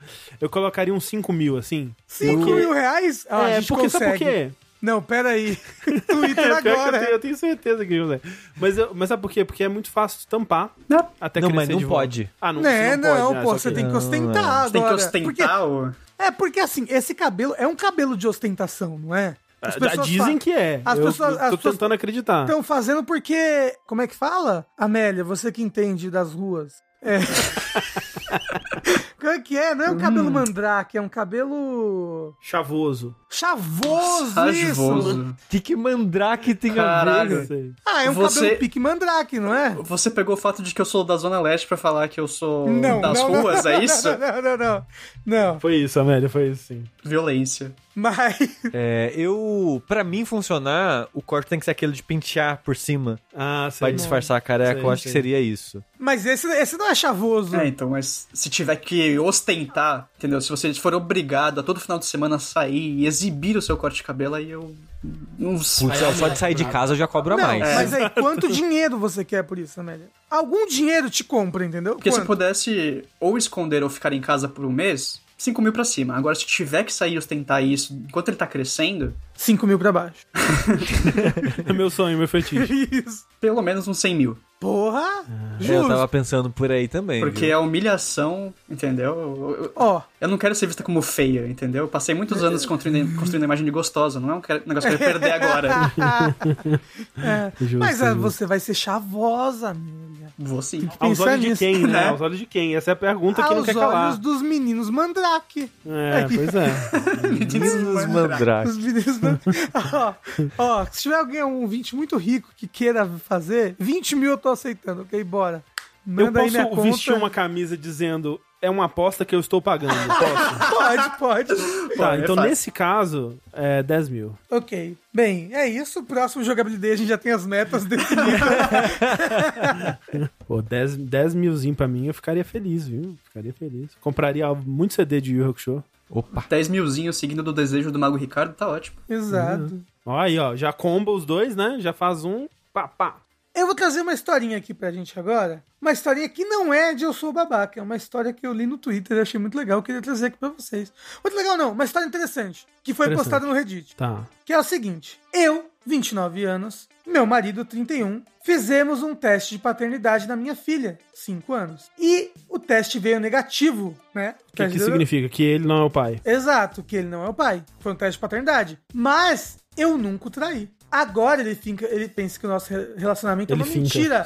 Speaker 2: Eu colocaria uns 5 mil, assim.
Speaker 1: Cinco mil reais? Ah, a
Speaker 2: é,
Speaker 1: gente
Speaker 2: porque sabe por
Speaker 1: consegue.
Speaker 2: quê?
Speaker 1: Não, peraí. Twitter
Speaker 2: É, pior que
Speaker 1: agora.
Speaker 2: Eu tenho, eu tenho certeza que José. Mas, eu, mas sabe por quê? Porque é muito fácil tampar
Speaker 4: Não.
Speaker 2: até
Speaker 3: Não,
Speaker 2: crescer
Speaker 3: mas não
Speaker 2: de volta.
Speaker 3: pode.
Speaker 2: Ah, não,
Speaker 1: Né,
Speaker 2: você não,
Speaker 1: não,
Speaker 2: pode, né?
Speaker 1: pô,
Speaker 2: Só
Speaker 1: você
Speaker 2: que-
Speaker 1: tem que
Speaker 3: Não,
Speaker 1: ostentar
Speaker 4: Você tem que
Speaker 1: agora.
Speaker 4: ostentar o.
Speaker 1: Porque- é, porque assim, esse cabelo é um cabelo de ostentação, não é?
Speaker 2: Ah, Dizem que é.
Speaker 1: As
Speaker 2: eu
Speaker 1: pessoas-
Speaker 2: eu
Speaker 1: as
Speaker 2: tô
Speaker 1: pessoas-
Speaker 2: tentando acreditar.
Speaker 1: Estão fazendo porque. Como é que fala? Amélia, você que entende das ruas. É. Como é que é? Não é um cabelo mandrake, é um cabelo.
Speaker 2: Chavoso.
Speaker 1: chavoso, isso!
Speaker 4: Rasvoso.
Speaker 3: O que, que mandrake tem a
Speaker 4: Caralho.
Speaker 3: ver?
Speaker 2: Sei.
Speaker 1: Ah, é um
Speaker 4: Você-
Speaker 1: cabelo pique mandrake, não é?
Speaker 4: Você pegou o fato de que eu sou da Zona Leste pra falar que eu sou
Speaker 1: Não,
Speaker 4: das
Speaker 1: não, não,
Speaker 4: ruas, é isso?
Speaker 1: Não, não, não, não. Não,
Speaker 2: Foi isso, Amélia, foi isso, sim.
Speaker 4: Violência.
Speaker 1: mas.
Speaker 3: É, eu. Pra mim funcionar, o corte tem que ser aquele de pentear por cima
Speaker 2: Ah, sei.
Speaker 3: pra disfarçar a careca.
Speaker 2: Sei,
Speaker 3: eu acho
Speaker 2: sei.
Speaker 3: que seria isso.
Speaker 1: Mas esse, esse não é chavoso.
Speaker 4: É, então, mas se tiver que ostentar, entendeu? Se você for obrigado a todo final de semana sair e exibir o seu corte de cabelo, aí eu. Não sei.
Speaker 3: Putz, ó, só de sair de casa eu já cobro a
Speaker 1: Não, é
Speaker 3: mais.
Speaker 1: mas aí, quanto dinheiro você quer por isso, Amélia? Algum dinheiro te compra, entendeu?
Speaker 4: Porque se
Speaker 1: Quanto?
Speaker 4: pudesse ou esconder ou ficar em casa por um mês, 5 mil pra cima. Agora, se tiver que sair e ostentar isso enquanto ele tá crescendo,
Speaker 1: 5 mil pra baixo.
Speaker 2: É meu sonho, meu fetiche.
Speaker 1: Isso.
Speaker 4: pelo menos uns 100 mil.
Speaker 1: Porra!
Speaker 3: É,
Speaker 1: Justo.
Speaker 3: eu tava pensando por aí também.
Speaker 4: Porque
Speaker 3: viu?
Speaker 4: a humilhação, entendeu? Eu- eu-
Speaker 1: Ó,
Speaker 4: Eu não quero ser vista como feia, entendeu? Eu passei muitos anos construindo, construindo a imagem de gostosa, não é um que- negócio que eu quero perder agora.
Speaker 1: Ah. é, mas ah, você vai ser chavosa, Amélia.
Speaker 4: Vou sim.
Speaker 2: Aos
Speaker 1: Pensar
Speaker 2: olhos de
Speaker 1: nisso,
Speaker 2: quem, né?
Speaker 4: né?
Speaker 2: Aos olhos de quem? Essa é a pergunta que não
Speaker 1: Aos
Speaker 2: quer calar.
Speaker 1: olhos dos meninos mandrake.
Speaker 2: É, pois é.
Speaker 3: Os mandrake.
Speaker 1: Os meninos mandrake. ó, ó, se tiver alguém, um ouvinte muito rico que queira fazer, 20 mil eu tô aceitando, ok? Bora.
Speaker 2: Eu
Speaker 1: Manda aí minha
Speaker 2: posso
Speaker 1: conta.
Speaker 2: vestir uma camisa dizendo é uma aposta que eu estou pagando. Posso?
Speaker 1: Pode, pode.
Speaker 2: tá,
Speaker 4: é
Speaker 2: então
Speaker 4: fácil.
Speaker 2: nesse caso, é 10 mil.
Speaker 1: Ok. Bem, é isso. Próximo jogabilidade, a gente já tem as metas definidas.
Speaker 2: Pô, 10, 10 milzinho pra mim, eu ficaria feliz, viu? Ficaria feliz. Compraria muito CD de Yu Show.
Speaker 3: Opa.
Speaker 4: 10 milzinho seguindo do desejo do Mago Ricardo, tá ótimo.
Speaker 1: Exato.
Speaker 2: Ó, aí, ó, já comba os dois, né? Já faz um, pá, pá.
Speaker 1: Eu vou trazer uma historinha aqui pra gente agora. Uma historinha que não é de Eu Sou Babaca. É uma história que eu li no Twitter e achei muito legal. Eu queria trazer aqui pra vocês. Muito legal, não. Uma história interessante. Que foi
Speaker 2: Interessante.
Speaker 1: postada no Reddit.
Speaker 2: Tá.
Speaker 1: que é o seguinte: eu, 29 anos, meu marido, 31, fizemos um teste de paternidade na minha filha, 5 anos. E o teste veio negativo, né? O
Speaker 2: O que, que
Speaker 1: teste deu-
Speaker 2: significa? Que ele não é o pai.
Speaker 1: Exato, que ele não é o pai. Foi um teste de paternidade. Mas eu nunca o traí. Agora ele, finca, ele pensa que o nosso re- relacionamento
Speaker 2: Ele
Speaker 1: é uma
Speaker 2: finca.
Speaker 1: mentira.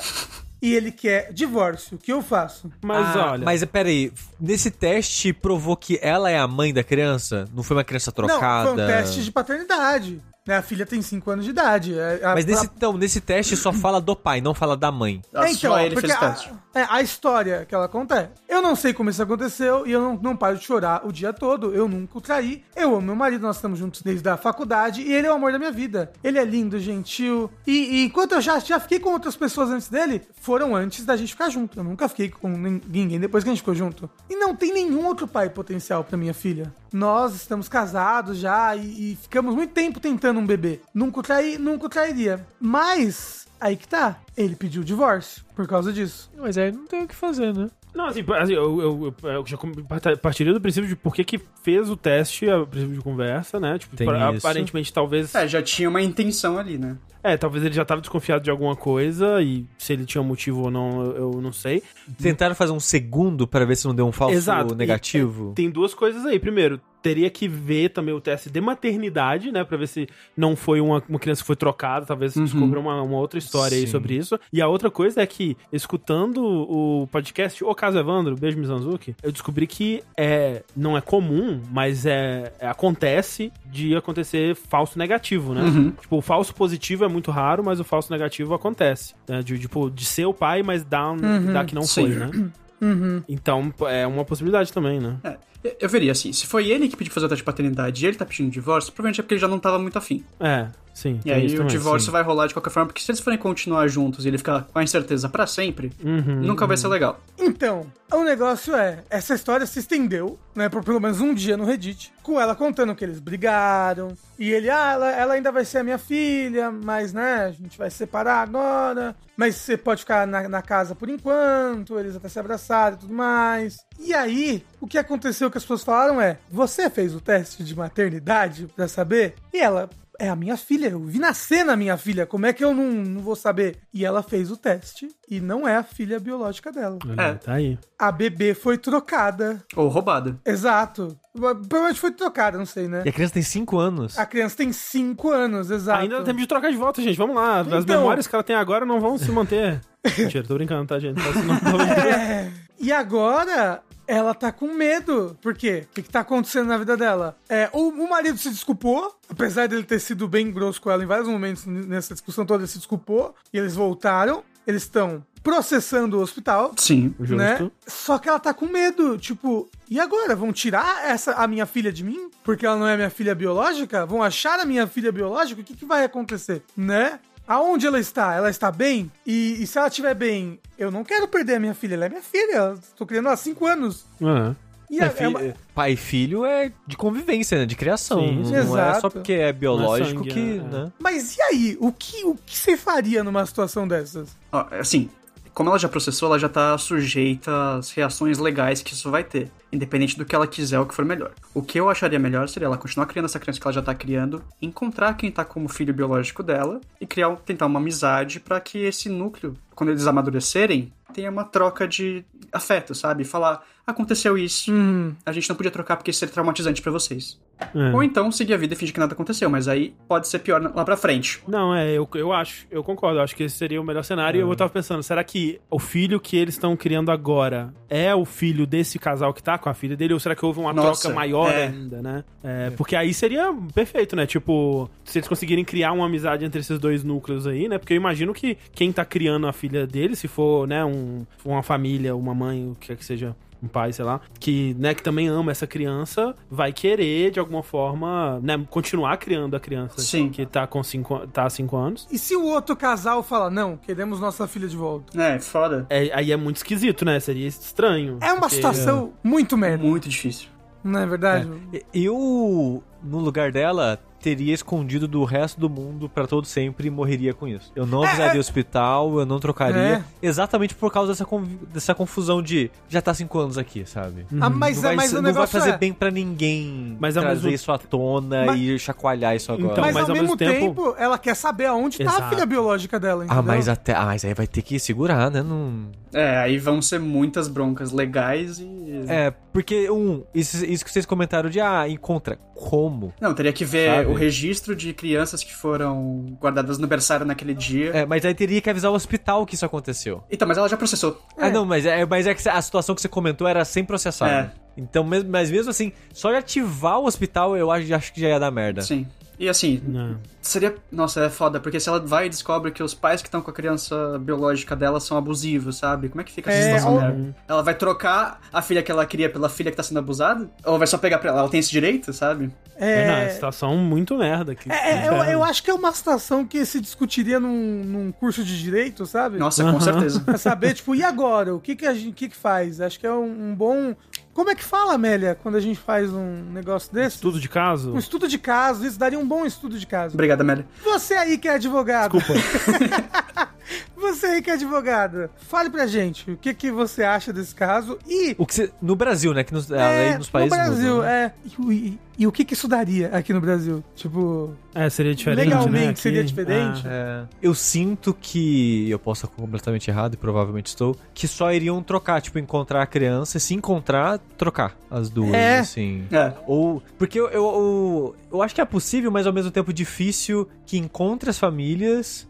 Speaker 1: E ele quer divórcio. O que eu faço?
Speaker 2: Mas
Speaker 3: Ah,
Speaker 2: olha.
Speaker 3: Mas peraí, nesse teste provou que ela é a mãe da criança? Não foi uma criança trocada?
Speaker 1: Não, foi um teste de paternidade. né? A filha tem 5 anos de idade. É, A- a-
Speaker 3: Mas nesse,
Speaker 1: a-
Speaker 3: então, nesse teste só fala do pai, não fala da mãe.
Speaker 1: É,
Speaker 4: Só ele
Speaker 1: porque
Speaker 4: fez o
Speaker 1: a-
Speaker 4: teste.
Speaker 1: é, A, história que ela conta é: eu não sei como isso aconteceu e eu não, não paro de chorar o dia todo, eu nunca o traí. Eu amo meu marido, nós estamos juntos desde a faculdade e ele é o amor da minha vida. Ele é lindo, gentil. E, e enquanto eu já, já fiquei com outras pessoas antes dele, foram antes da gente ficar junto. Eu nunca fiquei com nin- ninguém depois que a gente ficou junto. E não tem nenhum outro pai potencial pra minha filha. Nós estamos casados já e, e ficamos muito tempo tentando um bebê. Nunca o traí, nunca o trairia. Mas. Aí que tá. Ele pediu o divórcio por causa disso.
Speaker 5: Mas aí não tem o que fazer, né?
Speaker 2: Não, assim, assim, eu, eu, eu- eu já com- parta- partiria do princípio de por que que fez o teste, a princípio de conversa, né? Tipo,
Speaker 3: Tem
Speaker 2: pra-
Speaker 3: isso.
Speaker 2: aparentemente, talvez...
Speaker 4: É, já tinha uma intenção ali, né?
Speaker 2: É, talvez ele já tava desconfiado de alguma coisa e se ele tinha motivo ou não, eu, eu não sei.
Speaker 3: Tentaram fazer um segundo pra ver se não deu um falso
Speaker 2: Exato.
Speaker 3: negativo.
Speaker 2: Tem duas coisas aí. Primeiro, teria que ver também o teste de maternidade, né? Pra ver se não foi uma, uma criança que foi trocada, talvez
Speaker 4: Uhum.
Speaker 2: descubra uma, uma outra história aí
Speaker 3: Sim.
Speaker 2: sobre isso. E a outra coisa é que, escutando o podcast O Caso Evandro, beijo Mizanzuki, eu descobri que é, não é comum, mas é, é- acontece de acontecer falso negativo, né?
Speaker 4: Uhum.
Speaker 2: Tipo, o falso positivo é muito raro, mas o falso negativo acontece. né? De, tipo, de ser o pai, mas dar, um,
Speaker 1: Uhum.
Speaker 2: dar que não
Speaker 4: Sim.
Speaker 2: foi, né?
Speaker 1: Uhum.
Speaker 2: Então, é uma possibilidade também, né?
Speaker 4: É, eu- eu veria assim, se foi ele que pediu fazer o teste de paternidade e ele tá pedindo divórcio, provavelmente é porque ele já não tava muito afim.
Speaker 2: É, sim.
Speaker 4: E
Speaker 2: tem
Speaker 4: aí
Speaker 2: isso
Speaker 4: o
Speaker 2: também,
Speaker 4: divórcio
Speaker 2: sim.
Speaker 4: vai rolar de qualquer forma, porque se eles forem continuar juntos e ele ficar com a incerteza pra sempre,
Speaker 2: Uhum.
Speaker 4: nunca vai ser legal.
Speaker 1: Então, o negócio é, essa história se estendeu, né, por pelo menos um dia no Reddit, com ela contando que eles brigaram, e ele, ah, ela, ela ainda vai ser a minha filha, mas, né, a gente vai se separar agora, mas você pode ficar na, na casa por enquanto, eles até se abraçaram e tudo mais. E aí, o que aconteceu que as pessoas falaram é, você fez o teste de maternidade pra saber? E ela... É a minha filha, eu vi nascer na minha filha, como é que eu não, não vou saber? E ela fez o teste e não é a filha biológica dela.
Speaker 2: Olha,
Speaker 4: É.
Speaker 2: Tá aí.
Speaker 1: A bebê foi trocada.
Speaker 4: Ou roubada.
Speaker 1: Exato. Provavelmente foi trocada, não sei, né?
Speaker 3: E a criança tem 5 anos.
Speaker 1: A criança tem 5 anos,
Speaker 4: Tá,
Speaker 1: exato.
Speaker 2: Ainda dá tempo de trocar de volta, gente. Vamos lá. As
Speaker 1: Então.
Speaker 2: memórias que ela tem agora não vão se manter. Mentira, tô brincando, tá, gente? Mas não tô brincando.
Speaker 1: É. E agora ela tá com medo. Por quê? O que, que tá acontecendo na vida dela? É, o, o marido se desculpou, apesar dele ter sido bem grosso com ela em vários momentos n- nessa discussão toda, ele se desculpou. E eles voltaram. Eles estão processando o hospital.
Speaker 4: Sim.
Speaker 2: Justo.
Speaker 1: Né? Só que ela tá com medo, tipo, e agora? Vão tirar essa a minha filha de mim? Porque ela não é minha filha biológica? Vão achar a minha filha biológica? O que, que vai acontecer, né? Aonde ela está? Ela está bem? E, e se ela estiver bem, eu não quero perder a minha filha, ela é minha filha, eu tô criando ela há cinco anos.
Speaker 2: É.
Speaker 1: E
Speaker 2: É,
Speaker 1: a-
Speaker 2: fi-
Speaker 1: é uma-
Speaker 2: é-
Speaker 3: Pai e filho é de convivência, né? De criação.
Speaker 2: Sim,
Speaker 3: não
Speaker 2: sim.
Speaker 3: é
Speaker 1: Exato.
Speaker 3: só porque é biológico
Speaker 2: sangue,
Speaker 3: que,
Speaker 2: é.
Speaker 3: né?
Speaker 1: Mas e aí? O que, o que você faria numa situação dessas?
Speaker 4: Ó, assim, como ela já processou, ela já tá sujeita às reações legais que isso vai ter, independente do que ela quiser ou que for melhor. O que eu acharia melhor seria ela continuar criando essa criança que ela já tá criando, encontrar quem tá como filho biológico dela e criar, um- tentar uma amizade pra que esse núcleo, quando eles amadurecerem, tenha uma troca de afeto, sabe? Falar, aconteceu isso,
Speaker 3: Uhum.
Speaker 1: Hum,
Speaker 4: a gente não podia trocar porque isso seria traumatizante pra vocês.
Speaker 2: É.
Speaker 4: Ou então seguir a vida e fingir que nada aconteceu, mas aí pode ser pior lá pra frente.
Speaker 2: Não, é, eu, eu acho, eu concordo, eu acho que esse seria o melhor cenário. E
Speaker 4: É.
Speaker 2: eu tava pensando, será que o filho que eles estão criando agora é o filho desse casal que tá com a filha dele? Ou será que houve uma
Speaker 4: Nossa,
Speaker 2: troca maior
Speaker 4: é.
Speaker 2: ainda, né? É, Porque aí seria perfeito, né? Tipo, se eles conseguirem criar uma amizade entre esses dois núcleos aí, né? Porque eu imagino que quem tá criando a filha dele, se for, né, um, uma família, uma mãe, o que é que seja. Um pai, sei lá, que, né, que também ama essa criança, vai querer, de alguma forma, né, continuar criando a criança
Speaker 4: Sim.
Speaker 2: que tá com cinco, an- tá há cinco anos.
Speaker 1: E se o outro casal fala, não, queremos nossa filha de volta?
Speaker 4: É, foda.
Speaker 2: É, aí é muito esquisito, né? Seria estranho.
Speaker 1: É uma
Speaker 2: porque-
Speaker 1: situação muito merda,
Speaker 4: Muito difícil.
Speaker 1: não é verdade?
Speaker 3: E- Eu, no lugar dela, teria escondido do resto do mundo pra todo sempre e morreria com isso. Eu
Speaker 1: É,
Speaker 3: não avisaria o hospital, eu não trocaria. Exatamente por causa dessa, conv- dessa confusão de já tá cinco anos aqui, sabe?
Speaker 1: Ah, mas
Speaker 3: não vai,
Speaker 1: mas o
Speaker 3: ser- não vai
Speaker 1: negócio
Speaker 3: fazer
Speaker 1: é...
Speaker 3: bem pra ninguém
Speaker 2: Mas ao
Speaker 3: trazer
Speaker 2: mesmo-
Speaker 3: isso à tona
Speaker 1: Mas-
Speaker 3: e chacoalhar isso agora.
Speaker 2: Então,
Speaker 1: mas,
Speaker 2: mas
Speaker 1: ao, mesmo tempo, ela quer saber aonde tá a
Speaker 2: Exato.
Speaker 1: filha biológica dela, entendeu?
Speaker 3: Ah, mas até. Ah, mas aí vai ter que segurar, né? Não.
Speaker 4: É, aí vão ser muitas broncas legais e.
Speaker 3: É, porque, um, isso, isso que vocês comentaram de ah, encontra como.
Speaker 4: Não, teria que ver
Speaker 3: Sabe?
Speaker 4: o registro de crianças que foram guardadas no berçário naquele dia.
Speaker 3: É, mas aí teria que avisar o hospital que isso aconteceu.
Speaker 4: Então, mas ela já processou.
Speaker 3: Ah, não, mas é, mas é que a situação que você comentou era sem processar.
Speaker 4: É.
Speaker 3: né? Então, mes- mas mesmo assim, só de ativar o hospital, eu acho, acho que já ia dar merda.
Speaker 4: Sim. E assim,
Speaker 2: é, Não.
Speaker 4: seria. Nossa, é foda, porque se ela vai e descobre que os pais que estão com a criança biológica dela são abusivos, sabe? Como é que fica essa
Speaker 1: É,
Speaker 4: situação
Speaker 1: ou-
Speaker 4: dela? Ela vai trocar a filha que ela cria pela filha que tá sendo abusada? Ou vai só pegar pra ela? Ela tem esse direito, sabe?
Speaker 2: É, não, é uma
Speaker 1: É,
Speaker 2: situação muito merda. Que,
Speaker 1: é, é, eu, eu acho que é uma situação que se discutiria num, num curso de direito, sabe?
Speaker 4: Nossa, com
Speaker 2: Aham.
Speaker 4: certeza.
Speaker 1: Pra saber, tipo, e agora? O que que a gente o que que faz? Acho que é um, um bom... Como é que fala, Amélia, quando a gente faz um negócio desse?
Speaker 2: Tudo de caso?
Speaker 1: Um estudo de caso, isso daria um bom estudo de caso.
Speaker 4: Obrigado, Amélia.
Speaker 1: Você aí que é advogado.
Speaker 2: Desculpa.
Speaker 1: Você aí que é advogada, fale pra gente o que, que você acha desse caso e.
Speaker 3: O que cê- no Brasil, né? Que nos, a
Speaker 1: é,
Speaker 3: lei nos países.
Speaker 1: No Brasil,
Speaker 3: mudam, né?
Speaker 1: é. E, o- e- e o que, que isso daria aqui no Brasil? Tipo,
Speaker 2: É, seria diferente.
Speaker 1: Legalmente
Speaker 2: né, aqui.
Speaker 1: seria diferente.
Speaker 2: Ah,
Speaker 3: É. Eu sinto que. Eu posso estar completamente errado e provavelmente estou. Que só iriam trocar, tipo, encontrar a criança e se encontrar, trocar as duas,
Speaker 1: É.
Speaker 3: assim.
Speaker 4: É.
Speaker 3: Ou. Porque eu, eu, eu, eu acho que é possível, mas ao mesmo tempo difícil que encontre as famílias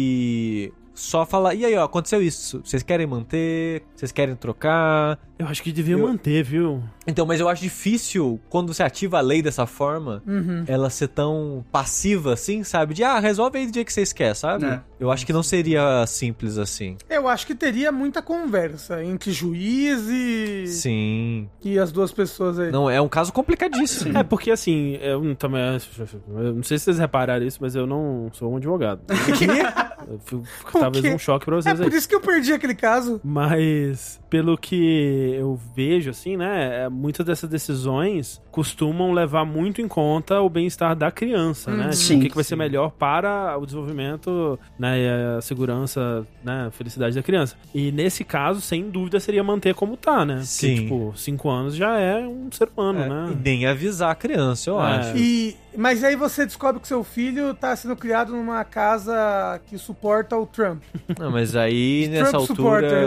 Speaker 3: e. Só falar, e aí, ó, aconteceu isso. Vocês querem manter? Vocês querem trocar?
Speaker 2: eu acho que devia
Speaker 3: Eu-
Speaker 2: manter, viu?
Speaker 3: Então, mas eu acho difícil quando você ativa a lei dessa forma,
Speaker 2: Uhum.
Speaker 1: Uhum.
Speaker 3: ela ser tão passiva assim, sabe? De ah, resolve aí do dia que vocês querem, sabe?
Speaker 4: É.
Speaker 3: Eu acho que não seria simples assim.
Speaker 1: eu acho que teria muita conversa entre juiz e,
Speaker 3: Sim.
Speaker 1: e as duas pessoas aí.
Speaker 3: Não, é um caso complicadíssimo.
Speaker 2: É, porque assim, eu não- também. Eu não sei se vocês repararam isso, mas eu não sou um advogado. Eu fico-
Speaker 1: quê?
Speaker 2: talvez um choque pra
Speaker 1: É
Speaker 2: vocês aí.
Speaker 1: por isso que eu perdi aquele caso.
Speaker 2: Mas, pelo que eu vejo, assim, né? é, Muitas dessas decisões costumam levar muito em conta o bem-estar da criança, né? Tipo,
Speaker 4: Uhum. Sim,
Speaker 2: o que, que vai ser
Speaker 3: sim.
Speaker 2: melhor para o desenvolvimento, né? E a segurança, né? A felicidade da criança. E nesse caso, sem dúvida, seria manter como tá, né?
Speaker 3: Sim.
Speaker 2: Porque, tipo, cinco anos já é um ser humano,
Speaker 3: É,
Speaker 2: né?
Speaker 3: E nem avisar a criança, eu
Speaker 2: É.
Speaker 3: acho.
Speaker 1: E, mas aí você descobre que seu filho tá sendo criado numa casa que suporta o Trump.
Speaker 3: Não, mas aí,
Speaker 1: Trump
Speaker 3: nessa altura,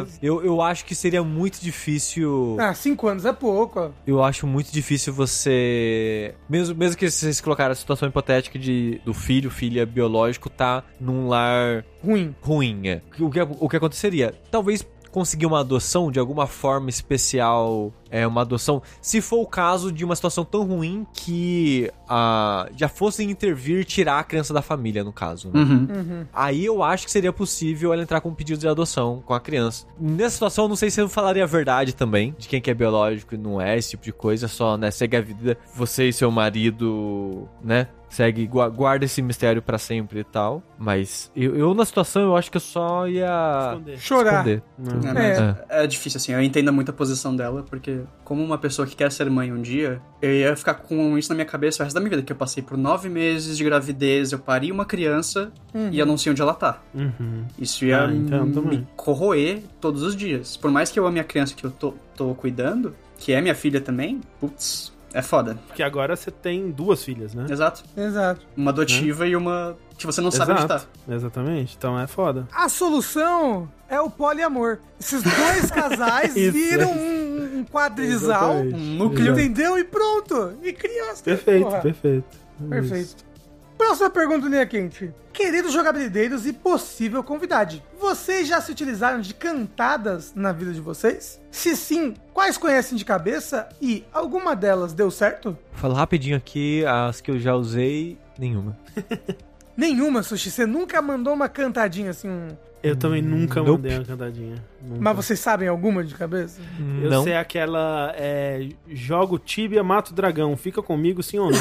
Speaker 1: supporters.
Speaker 3: eu, eu acho que seria muito difícil.
Speaker 1: Ah, cinco anos é pouco, ó.
Speaker 3: Eu acho muito difícil você. Mesmo, mesmo que vocês colocaram a situação hipotética de do filho, filha biológico, tá num lar
Speaker 1: Ruim.
Speaker 3: ruim. é. O que, o que aconteceria? Talvez conseguir uma adoção de alguma forma especial, é uma adoção, se for o caso de uma situação tão ruim que ah, já fossem intervir e tirar a criança da família, no caso. né?
Speaker 4: Uhum.
Speaker 1: Uhum.
Speaker 3: Aí eu acho que seria possível ela entrar com um pedido de adoção com a criança. Nessa situação, eu não sei se eu falaria a verdade também, de quem que é biológico e não é, esse tipo de coisa, só, né, segue a vida, você e seu marido, né, segue, gua- guarda esse mistério pra sempre e tal. Mas eu, eu, na situação, eu acho que eu só ia...
Speaker 2: Esconder.
Speaker 1: Chorar.
Speaker 3: esconder.
Speaker 2: Não.
Speaker 4: É, mas é difícil, assim, eu entendo muito a posição dela, porque como uma pessoa que quer ser mãe um dia, eu ia ficar com isso na minha cabeça o resto da minha vida, que eu passei por nove meses de gravidez, eu pari uma criança e eu não sei onde ela tá.
Speaker 2: Uhum.
Speaker 4: Isso ia
Speaker 2: Ah, então, também.
Speaker 4: me corroer todos os dias. Por mais que eu ame a criança que eu tô, tô cuidando, que é minha filha também, putz, é foda.
Speaker 2: Porque agora você tem duas filhas, né?
Speaker 4: Exato.
Speaker 1: Exato.
Speaker 4: Uma adotiva e uma que você não sabe onde tá.
Speaker 2: Exato. Exatamente. Então é foda.
Speaker 1: A solução é o poliamor. Esses dois casais
Speaker 2: Isso. é
Speaker 1: viram um, um quadrisal,
Speaker 2: Exatamente.
Speaker 4: Um núcleo.
Speaker 1: entendeu? E pronto. E criança.
Speaker 2: Perfeito,
Speaker 1: Porra.
Speaker 2: perfeito. Isso.
Speaker 1: Perfeito. Próxima pergunta, linha quente. Queridos jogabilideiros e possível convidade, vocês já se utilizaram de cantadas na vida de vocês? Se sim, quais conhecem de cabeça e alguma delas deu certo?
Speaker 3: Vou falar rapidinho aqui, as que eu já usei, nenhuma.
Speaker 1: Nenhuma, Sushi. Você nunca mandou uma cantadinha assim, um...
Speaker 2: Eu também nunca
Speaker 3: Nope.
Speaker 2: mandei uma cantadinha. Nunca.
Speaker 1: mas vocês sabem alguma de cabeça?
Speaker 2: Eu
Speaker 3: não.
Speaker 2: sei aquela. É, jogo Tibia, mato o dragão. Fica comigo, sim ou não?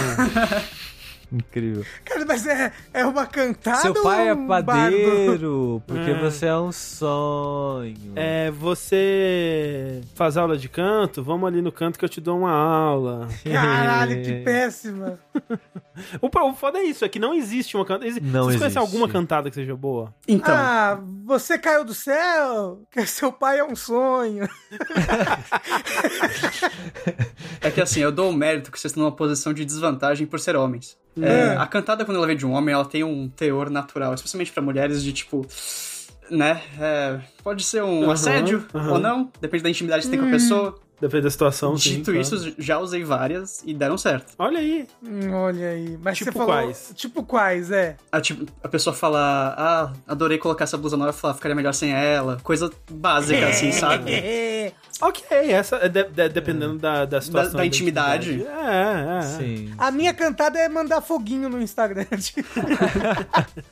Speaker 3: Incrível.
Speaker 1: Cara, mas é, é uma cantada
Speaker 3: Seu pai
Speaker 1: ou
Speaker 3: é
Speaker 1: um bardo?
Speaker 3: padeiro, porque
Speaker 2: É.
Speaker 3: você é um sonho.
Speaker 2: é, você faz aula de canto? Vamos ali no canto que eu te dou uma aula.
Speaker 1: Caralho, que péssima.
Speaker 2: O, pro- o foda é isso, é que não existe uma cantada.
Speaker 3: Não
Speaker 2: Vocês
Speaker 3: existe.
Speaker 2: conhecem alguma cantada que seja boa?
Speaker 4: Então,
Speaker 1: Ah, você caiu do céu? Que seu pai é um sonho.
Speaker 4: é que assim, eu dou o mérito que vocês estão numa posição de desvantagem por ser homens. É,
Speaker 1: É.
Speaker 4: a cantada, quando ela vem de um homem, ela tem um teor natural, especialmente pra mulheres, de tipo. Né? é, pode ser um
Speaker 2: Aham,
Speaker 4: assédio
Speaker 2: aham.
Speaker 4: ou não, depende da intimidade que você tem com a pessoa.
Speaker 2: Depende da situação. sim,
Speaker 4: Dito
Speaker 2: claro.
Speaker 4: isso, já usei várias e deram certo.
Speaker 2: Olha aí.
Speaker 1: Hum, Olha aí. Mas
Speaker 2: Tipo
Speaker 1: você falou.
Speaker 2: quais?
Speaker 1: Tipo quais, é.
Speaker 4: A, tipo, a pessoa fala, ah, adorei colocar essa blusa nova, falar, ficaria melhor sem ela. Coisa
Speaker 2: É.
Speaker 4: básica, assim, sabe?
Speaker 1: É.
Speaker 2: Ok, essa é de- de- dependendo da, da situação.
Speaker 4: da intimidade.
Speaker 2: É, é. é.
Speaker 3: Sim.
Speaker 1: A minha cantada é mandar foguinho no Instagram. Tipo,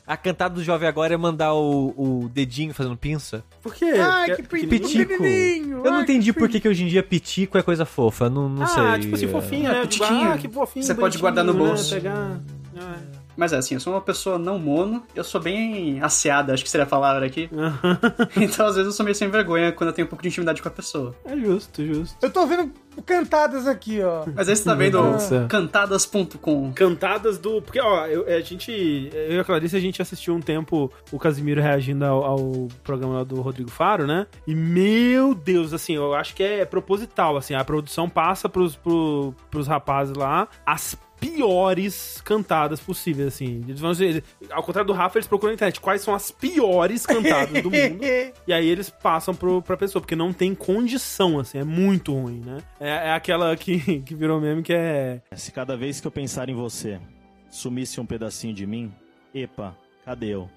Speaker 3: A cantada do jovem agora é mandar o, o dedinho fazendo pinça.
Speaker 2: Por quê?
Speaker 1: Ai, que
Speaker 2: Porque-
Speaker 1: pitico.
Speaker 3: Pitico. Eu não entendi por que, que hoje em dia pitico é coisa fofa. Não, não sei.
Speaker 2: Ah, tipo assim, fofinho,
Speaker 4: É,
Speaker 2: né?
Speaker 4: pitiquinho.
Speaker 2: Ah, que fofinho.
Speaker 4: Você pode
Speaker 2: bonitinho,
Speaker 4: guardar no
Speaker 2: né?
Speaker 4: bolso.
Speaker 2: Pegar. Ah, é.
Speaker 4: Mas é assim, eu sou uma pessoa não mono, eu sou bem asseada, acho que seria a palavra aqui.
Speaker 2: Aham.
Speaker 4: Então, às vezes, eu sou meio sem vergonha quando eu tenho um pouco de intimidade com a pessoa.
Speaker 2: É justo, justo.
Speaker 1: Eu tô vendo cantadas aqui, ó.
Speaker 4: Mas aí você tá vendo
Speaker 2: Meu Deus do céu.
Speaker 4: cantadas.com.
Speaker 2: Cantadas do. Porque, ó, eu- a gente. Eu e a Clarice, a gente assistiu um tempo o Casimiro reagindo ao, ao programa lá do Rodrigo Faro, né? E, meu Deus, assim, eu acho que é proposital, assim. A produção passa pros, pro, pros rapazes lá as piores cantadas possíveis, assim. Eles vão dizer- ao contrário do Rafa, eles procuram na internet quais são as piores cantadas do mundo. E aí eles passam pro, pra pessoa, porque não tem condição, assim, é muito ruim, né? É, é aquela que, que virou meme que é.
Speaker 5: Se cada vez que eu pensar em você sumisse um pedacinho de mim, epa, cadê eu?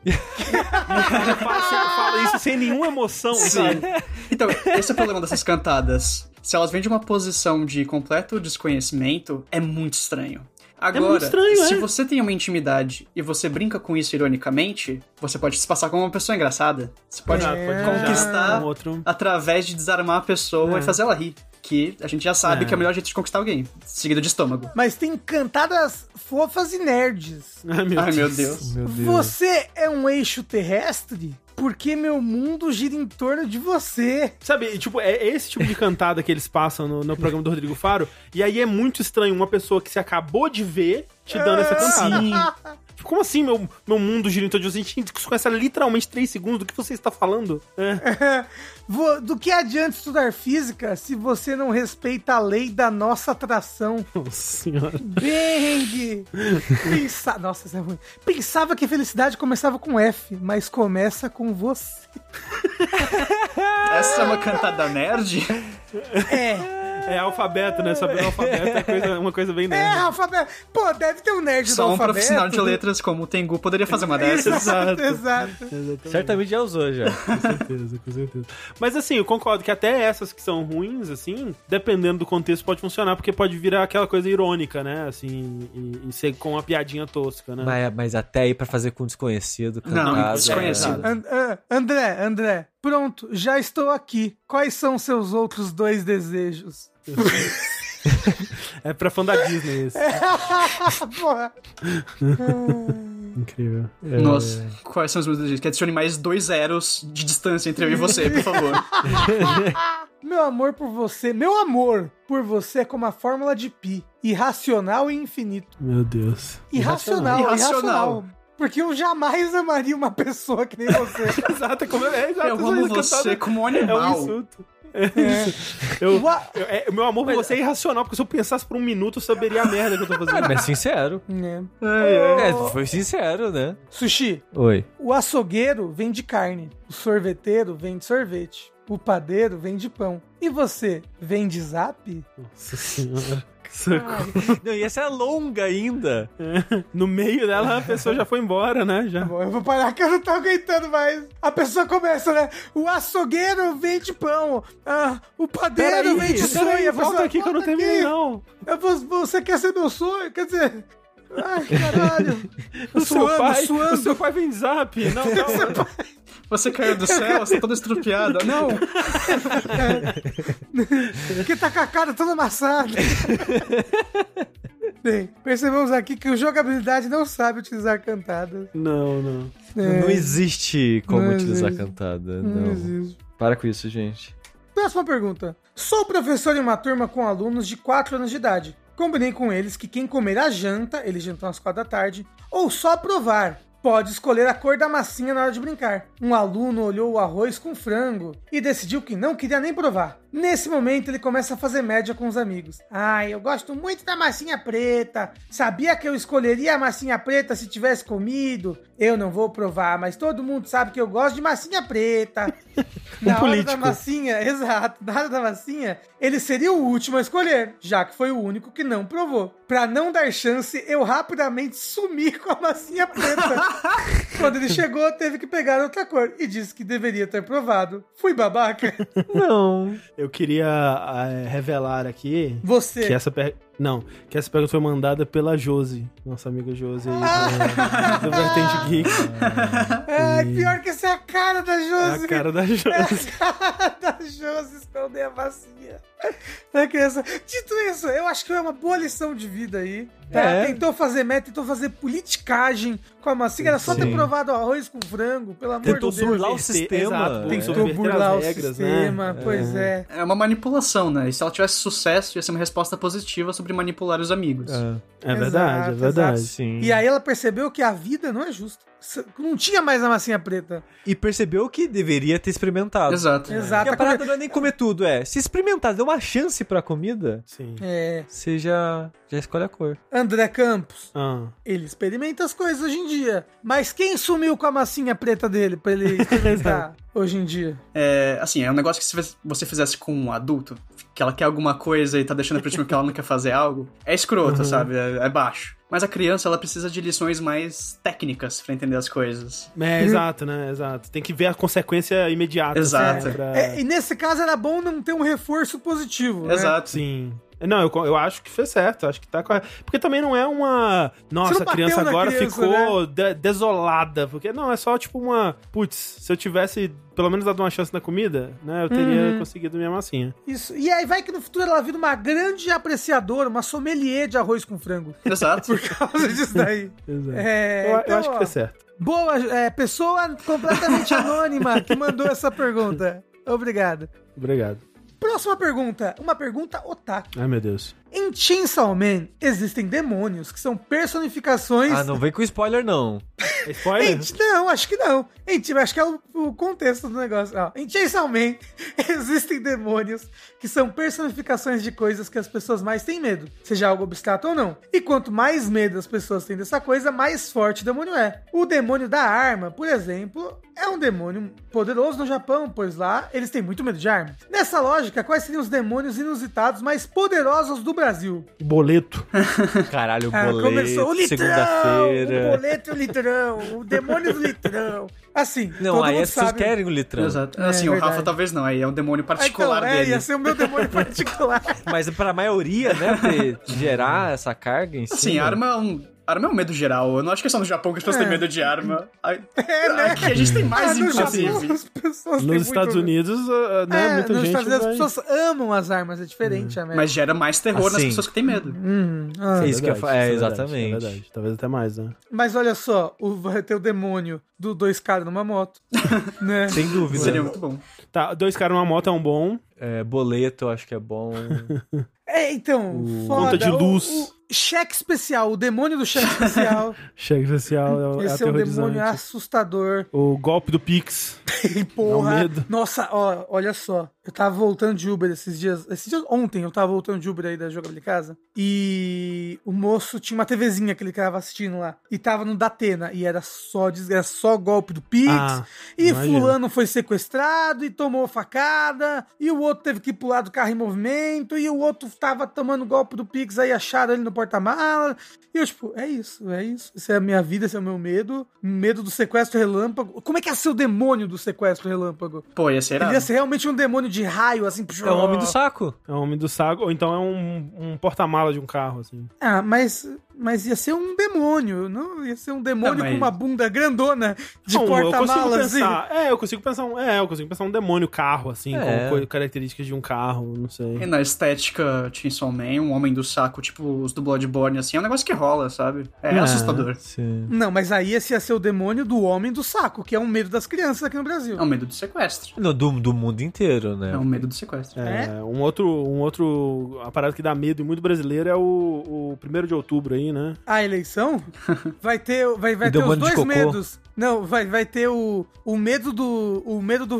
Speaker 2: Fala, fala isso sem nenhuma emoção,
Speaker 4: Sim. Então, esse é o problema dessas cantadas. Se elas vêm de uma posição de completo desconhecimento, é muito estranho. Agora,
Speaker 2: muito estranho,
Speaker 4: se
Speaker 2: é.
Speaker 4: você tem uma intimidade e você brinca com isso ironicamente, você pode se passar como uma pessoa engraçada. Você pode
Speaker 1: Exato, pode
Speaker 4: conquistar
Speaker 2: um outro.
Speaker 4: através de desarmar a pessoa
Speaker 2: É.
Speaker 4: e fazer ela rir. Que a gente já sabe
Speaker 2: É.
Speaker 4: que é o melhor jeito de conquistar alguém. Seguido de estômago.
Speaker 1: Mas tem cantadas fofas e nerds.
Speaker 2: Ai, meu
Speaker 4: Ai,
Speaker 2: Deus.
Speaker 4: meu Deus.
Speaker 3: Meu
Speaker 1: Você é um eixo terrestre? Porque meu mundo gira em torno de você.
Speaker 2: Sabe, e, tipo, é esse tipo de cantada que eles passam no, no programa do Rodrigo Faro. E aí é muito estranho uma pessoa que você acabou de ver te dando
Speaker 4: Ah,
Speaker 2: essa cantada. Tipo, Como assim, meu, meu mundo gira em torno de você? A gente desconhece literalmente 3 segundos do que você está falando. É.
Speaker 1: Vo- Do que adianta estudar física se você não respeita a lei da nossa atração?
Speaker 2: Nossa senhora.
Speaker 1: Bang! Pensa... Nossa, isso é ruim. Pensava que felicidade começava com F, mas começa com você.
Speaker 4: Essa é uma cantada nerd?
Speaker 1: É,
Speaker 2: É alfabeto, né? Saber o alfabeto é coisa- uma coisa bem
Speaker 1: é,
Speaker 2: nerd.
Speaker 1: alfabeto. Pô, deve ter um nerd do
Speaker 4: Só um
Speaker 1: alfabeto.
Speaker 4: profissional de letras como o Tengu poderia fazer uma dessas.
Speaker 1: Exato, exato.
Speaker 3: Certamente já usou já.
Speaker 2: certeza, com certeza. Mas assim, eu concordo que até essas que são ruins, assim, dependendo do contexto, pode funcionar, porque pode virar aquela coisa irônica, né? Assim, e, e ser com uma piadinha tosca, né?
Speaker 3: mas, mas até aí pra fazer com um desconhecido, cantado,
Speaker 4: com desconhecido.
Speaker 3: é-
Speaker 1: An- an- André, André, pronto, já estou aqui. Quais são seus outros dois desejos?
Speaker 2: É pra fã da Disney esse.
Speaker 1: Ah, Porra.
Speaker 2: Incrível. É,
Speaker 4: Nossa, quais são os meus desejos? Que adicione mais dois zeros de distância entre eu e você, por favor.
Speaker 1: Meu amor por você, meu amor por você é como a fórmula de pi, irracional e infinito.
Speaker 2: Meu Deus.
Speaker 1: Irracional, irracional.
Speaker 4: Irracional.
Speaker 1: Porque eu jamais amaria uma pessoa que nem você.
Speaker 2: Exato, é como é, exato.
Speaker 4: Eu amo
Speaker 2: isso,
Speaker 4: você
Speaker 2: cantada
Speaker 4: como um
Speaker 2: É um
Speaker 4: animal.
Speaker 2: insulto. É isso. Eu,
Speaker 1: Ua-
Speaker 2: eu- é, o meu amor por você é irracional, porque se eu pensasse por um minuto, eu saberia a merda que eu tô fazendo.
Speaker 3: Ah, mas sincero.
Speaker 1: Né?
Speaker 3: É, foi sincero, né?
Speaker 1: Sushi,
Speaker 3: Oi.
Speaker 1: o açougueiro vende carne, o sorveteiro vende sorvete, o padeiro vende pão. E você, vende zap?
Speaker 2: Nossa senhora. que socorro.
Speaker 3: Não, e essa é longa ainda.
Speaker 2: No meio dela, a pessoa já foi embora, né? Já.
Speaker 1: Tá Bom, eu vou parar que eu não tô aguentando mais. A pessoa começa, né? O açougueiro vende pão. Ah, o padeiro
Speaker 2: Peraí,
Speaker 1: vende sonho.
Speaker 2: peraí,
Speaker 1: A pessoa,
Speaker 2: volta aqui que eu não
Speaker 1: "Volta
Speaker 2: terminei,
Speaker 1: aqui.
Speaker 2: não.
Speaker 1: Eu vou- É, Você quer ser meu sonho? Quer dizer. Ai, caralho.
Speaker 2: O seu
Speaker 1: Suando,
Speaker 2: pai,
Speaker 1: suando.
Speaker 2: o seu pai vem zap. Não, não.
Speaker 4: Você caiu do céu, você tá toda estrupiada. Não,
Speaker 1: Porque tá com a cara toda amassada. Bem, percebemos aqui que o jogabilidade não sabe utilizar cantadas.
Speaker 2: não, não.
Speaker 1: É,
Speaker 3: Não existe como
Speaker 1: Não
Speaker 3: utilizar
Speaker 1: existe.
Speaker 3: cantada.
Speaker 1: não
Speaker 3: Não.
Speaker 1: existe.
Speaker 3: Para com isso, gente.
Speaker 1: Próxima pergunta. Sou professor em uma turma com alunos de 4 anos de idade. Combinei com eles que quem comer a janta, eles jantam às 4 da tarde, ou só provar, pode escolher a cor da massinha na hora de brincar. Um aluno olhou o arroz com frango e decidiu que não queria nem provar. Nesse momento, ele começa a fazer média com os amigos. Ai, eu gosto muito da massinha preta. Sabia que eu escolheria a massinha preta se tivesse comido? Eu não vou provar, mas todo mundo sabe que eu gosto de massinha preta. Na hora da
Speaker 2: Um político.
Speaker 1: massinha, exato, na hora da massinha, ele seria o último a escolher, já que foi o único que não provou. Pra não dar chance, eu rapidamente sumi com a massinha preta. Quando ele chegou, teve que pegar outra cor e disse que deveria ter provado. Fui babaca.
Speaker 3: Não.
Speaker 2: Eu queria eh, revelar aqui
Speaker 1: Você.
Speaker 2: é que essa, per- Não, que essa pergunta foi mandada pela Josi, nossa amiga Josi aí, do, do Vertente Geek.
Speaker 1: É, pior que essa é a cara da Josi.
Speaker 2: assim. É a cara da Josi.
Speaker 1: É a cara da Josi esconder a bacia. Da criança. Dito isso, eu acho que é uma boa lição de vida aí. Tá?
Speaker 3: É.
Speaker 1: Tentou fazer meta, tentou fazer politicagem com a massinha. Era só ter
Speaker 3: Sim.
Speaker 1: provado arroz com frango, pelo amor
Speaker 3: Tentou
Speaker 1: de Deus.
Speaker 3: burlar o
Speaker 2: Exato,
Speaker 3: sistema.
Speaker 2: tem
Speaker 3: é.
Speaker 2: sobre-
Speaker 1: Tentou
Speaker 2: subverter
Speaker 1: burlar
Speaker 2: as
Speaker 1: o
Speaker 2: regras, né?
Speaker 1: sistema, pois é.
Speaker 4: É uma manipulação, né? E se ela tivesse sucesso, ia ser uma resposta positiva sobre manipular os amigos.
Speaker 3: Ah.
Speaker 2: É verdade, é
Speaker 1: Exato,
Speaker 2: verdade.
Speaker 3: É, sim.
Speaker 1: E aí ela percebeu que a vida não é justa. S- Não tinha mais a massinha preta.
Speaker 3: E percebeu que deveria ter experimentado.
Speaker 4: Exato.
Speaker 1: Exato.
Speaker 3: E a
Speaker 1: tá
Speaker 3: parada não é nem comer tudo, é. Se experimentar, deu uma chance pra comida,
Speaker 2: Sim.
Speaker 1: come- É.
Speaker 3: você já, já escolhe a cor.
Speaker 1: André Campos,
Speaker 2: Ah.
Speaker 1: ele experimenta as coisas hoje em dia. Mas quem sumiu com a massinha preta dele pra ele experimentar hoje em dia?
Speaker 4: É, assim, é um negócio que se você fizesse com um adulto, que ela quer alguma coisa e tá deixando pra último que ela não quer fazer algo, é escroto,
Speaker 1: Uhum.
Speaker 4: sabe? É, é baixo. Mas a criança, ela precisa de lições mais técnicas pra entender as coisas.
Speaker 2: É, exato, né? Exato. Tem que ver a consequência imediata. assim,
Speaker 4: Exato.
Speaker 2: né, pra-
Speaker 1: É, e nesse caso era bom não ter um reforço positivo. né?
Speaker 4: Exato.
Speaker 2: Sim. Não, eu, co- eu acho que fez certo, acho que tá correto. Porque também não é uma.
Speaker 1: Você
Speaker 2: Nossa,
Speaker 1: não
Speaker 2: a
Speaker 1: bateu
Speaker 2: criança
Speaker 1: na
Speaker 2: agora
Speaker 1: criança, né?
Speaker 2: ficou de- desolada. Porque não, é só tipo uma. Putz, se eu tivesse pelo menos dado uma chance na comida, né, eu teria
Speaker 1: Uhum.
Speaker 2: conseguido minha massinha.
Speaker 1: Isso. E aí vai que no futuro ela vira uma grande apreciadora, uma sommelier de arroz com frango.
Speaker 4: Exato.
Speaker 1: Por causa disso daí.
Speaker 2: Exato.
Speaker 1: É,
Speaker 2: eu, eu
Speaker 1: então,
Speaker 2: acho que
Speaker 1: ó,
Speaker 2: fez certo.
Speaker 1: Boa, é, pessoa completamente anônima que mandou essa pergunta. Obrigado.
Speaker 2: Obrigado.
Speaker 1: Próxima pergunta. Uma pergunta otaku.
Speaker 2: Ai, meu Deus.
Speaker 1: Em Chainsaw Man, existem demônios que são personificações...
Speaker 3: Ah, não vem com spoiler, não.
Speaker 2: É Spoiler?
Speaker 1: Gente, não, acho que não. Gente, acho que é o, o contexto do negócio. Ó, em Chainsaw Man, existem demônios que são personificações de coisas que as pessoas mais têm medo, seja algo obstáculo ou não. E quanto mais medo as pessoas têm dessa coisa, mais forte o demônio é. O demônio da arma, por exemplo, é um demônio poderoso no Japão, pois lá eles têm muito medo de arma. Nessa lógica, quais seriam os demônios inusitados mais poderosos do Brasil?
Speaker 2: Boleto.
Speaker 3: Caralho,
Speaker 1: Ah, começou o
Speaker 3: boleto,
Speaker 1: litrão! O
Speaker 3: segunda-feira.
Speaker 1: boleto e o litrão! O demônio do litrão! Assim,
Speaker 3: Não,
Speaker 1: todo
Speaker 3: aí
Speaker 1: mundo
Speaker 3: as pessoas
Speaker 1: sabe.
Speaker 3: querem o litrão.
Speaker 4: Exato.
Speaker 1: É,
Speaker 4: assim, o
Speaker 1: verdade.
Speaker 4: Rafa talvez não, aí é um demônio
Speaker 1: Ah, então,
Speaker 4: particular
Speaker 1: é,
Speaker 4: dele.
Speaker 1: ia ser o meu demônio particular.
Speaker 3: Mas pra maioria, né, pra gerar essa carga em cima.
Speaker 4: Assim, arma é um. Arma é um medo geral. Eu não acho que é só no Japão que as pessoas
Speaker 1: É.
Speaker 4: têm medo de arma. A-
Speaker 1: É, né?
Speaker 4: Aqui a gente tem mais,
Speaker 1: Ah, no
Speaker 4: inclusive.
Speaker 1: Japão, as pessoas têm
Speaker 2: então, assim, Nos
Speaker 1: muito
Speaker 2: Estados
Speaker 1: medo.
Speaker 2: Unidos, ah, ah, né,
Speaker 1: É,
Speaker 2: muita
Speaker 1: nos
Speaker 2: gente.
Speaker 1: Estados Unidos
Speaker 2: vai- Hum.
Speaker 1: as pessoas amam as armas, é diferente a
Speaker 4: Mas gera mais terror nas
Speaker 3: Assim.
Speaker 4: pessoas que têm medo.
Speaker 1: Uhum, ah.
Speaker 3: Sim. Isso que eu fa- é,
Speaker 2: isso verdade,
Speaker 3: exatamente.
Speaker 2: isso é verdade. Talvez até mais, né?
Speaker 1: Mas olha só, o, vai ter o demônio do dois caras numa moto. né?
Speaker 3: Sem dúvida.
Speaker 4: Seria muito bom.
Speaker 2: Tá, dois caras numa moto é um bom.
Speaker 3: É, boleto, eu acho que é bom.
Speaker 1: É, então, foda.
Speaker 2: Conta de
Speaker 1: o-
Speaker 2: luz.
Speaker 1: o cheque especial, o demônio do cheque especial.
Speaker 2: Chega especial, é, é
Speaker 1: Esse é um
Speaker 2: aterrorizante.
Speaker 1: é demônio assustador.
Speaker 2: O golpe do Pix.
Speaker 1: E porra,
Speaker 2: É um medo.
Speaker 1: nossa, ó, olha só. Eu tava voltando de Uber esses dias. Esses dias ontem eu tava voltando de Uber aí da Jogabilidade Casa. E o moço tinha uma TVzinha que ele tava assistindo lá. E tava no Datena. E era só, des- era só golpe do Pix.
Speaker 2: Ah,
Speaker 1: e
Speaker 2: imagino.
Speaker 1: fulano foi sequestrado e tomou facada. E o outro teve que pular do carro em movimento. E o outro tava tomando golpe do Pix. Aí acharam ele no porta-mala. E eu, tipo, é isso, é isso. Essa é a minha vida, esse é o meu medo. Medo do sequestro relâmpago. Como é que é ser o demônio do sequestro relâmpago?
Speaker 4: Pô, ia ser
Speaker 1: Ele
Speaker 4: irado.
Speaker 1: ia ser realmente um demônio de raio, assim.
Speaker 3: É o homem do saco.
Speaker 2: É um homem do saco, ou então é um, um porta-mala de um carro, assim.
Speaker 1: Ah, mas, mas ia ser um demônio, não? Ia ser um demônio
Speaker 4: Ah, mas-
Speaker 1: com uma bunda grandona de
Speaker 2: Não, eu consigo
Speaker 1: porta-malas. Assim.
Speaker 2: pensar. É, eu consigo pensar um. É, eu consigo pensar um demônio carro, assim,
Speaker 3: É.
Speaker 2: com coi- características de um carro, não sei.
Speaker 4: E na estética Chainsaw Man, um homem do saco, tipo os do Bloodborne, assim, é um negócio que rola, sabe? É, assustador.
Speaker 3: Sim.
Speaker 1: Não, mas aí esse ia ser o demônio do homem do saco, que é um medo das crianças aqui no Brasil.
Speaker 4: É um medo do sequestro.
Speaker 3: Não, do, do mundo inteiro, né?
Speaker 4: É um medo do sequestro.
Speaker 2: É, um outro, um outro aparato que dá medo e muito brasileiro é o, o 1 de outubro aí, né?
Speaker 1: A eleição vai ter, vai, vai
Speaker 3: O
Speaker 1: ter os
Speaker 3: demônio de
Speaker 1: dois
Speaker 3: cocô.
Speaker 1: medos. Não, vai, vai ter o, o medo do o medo do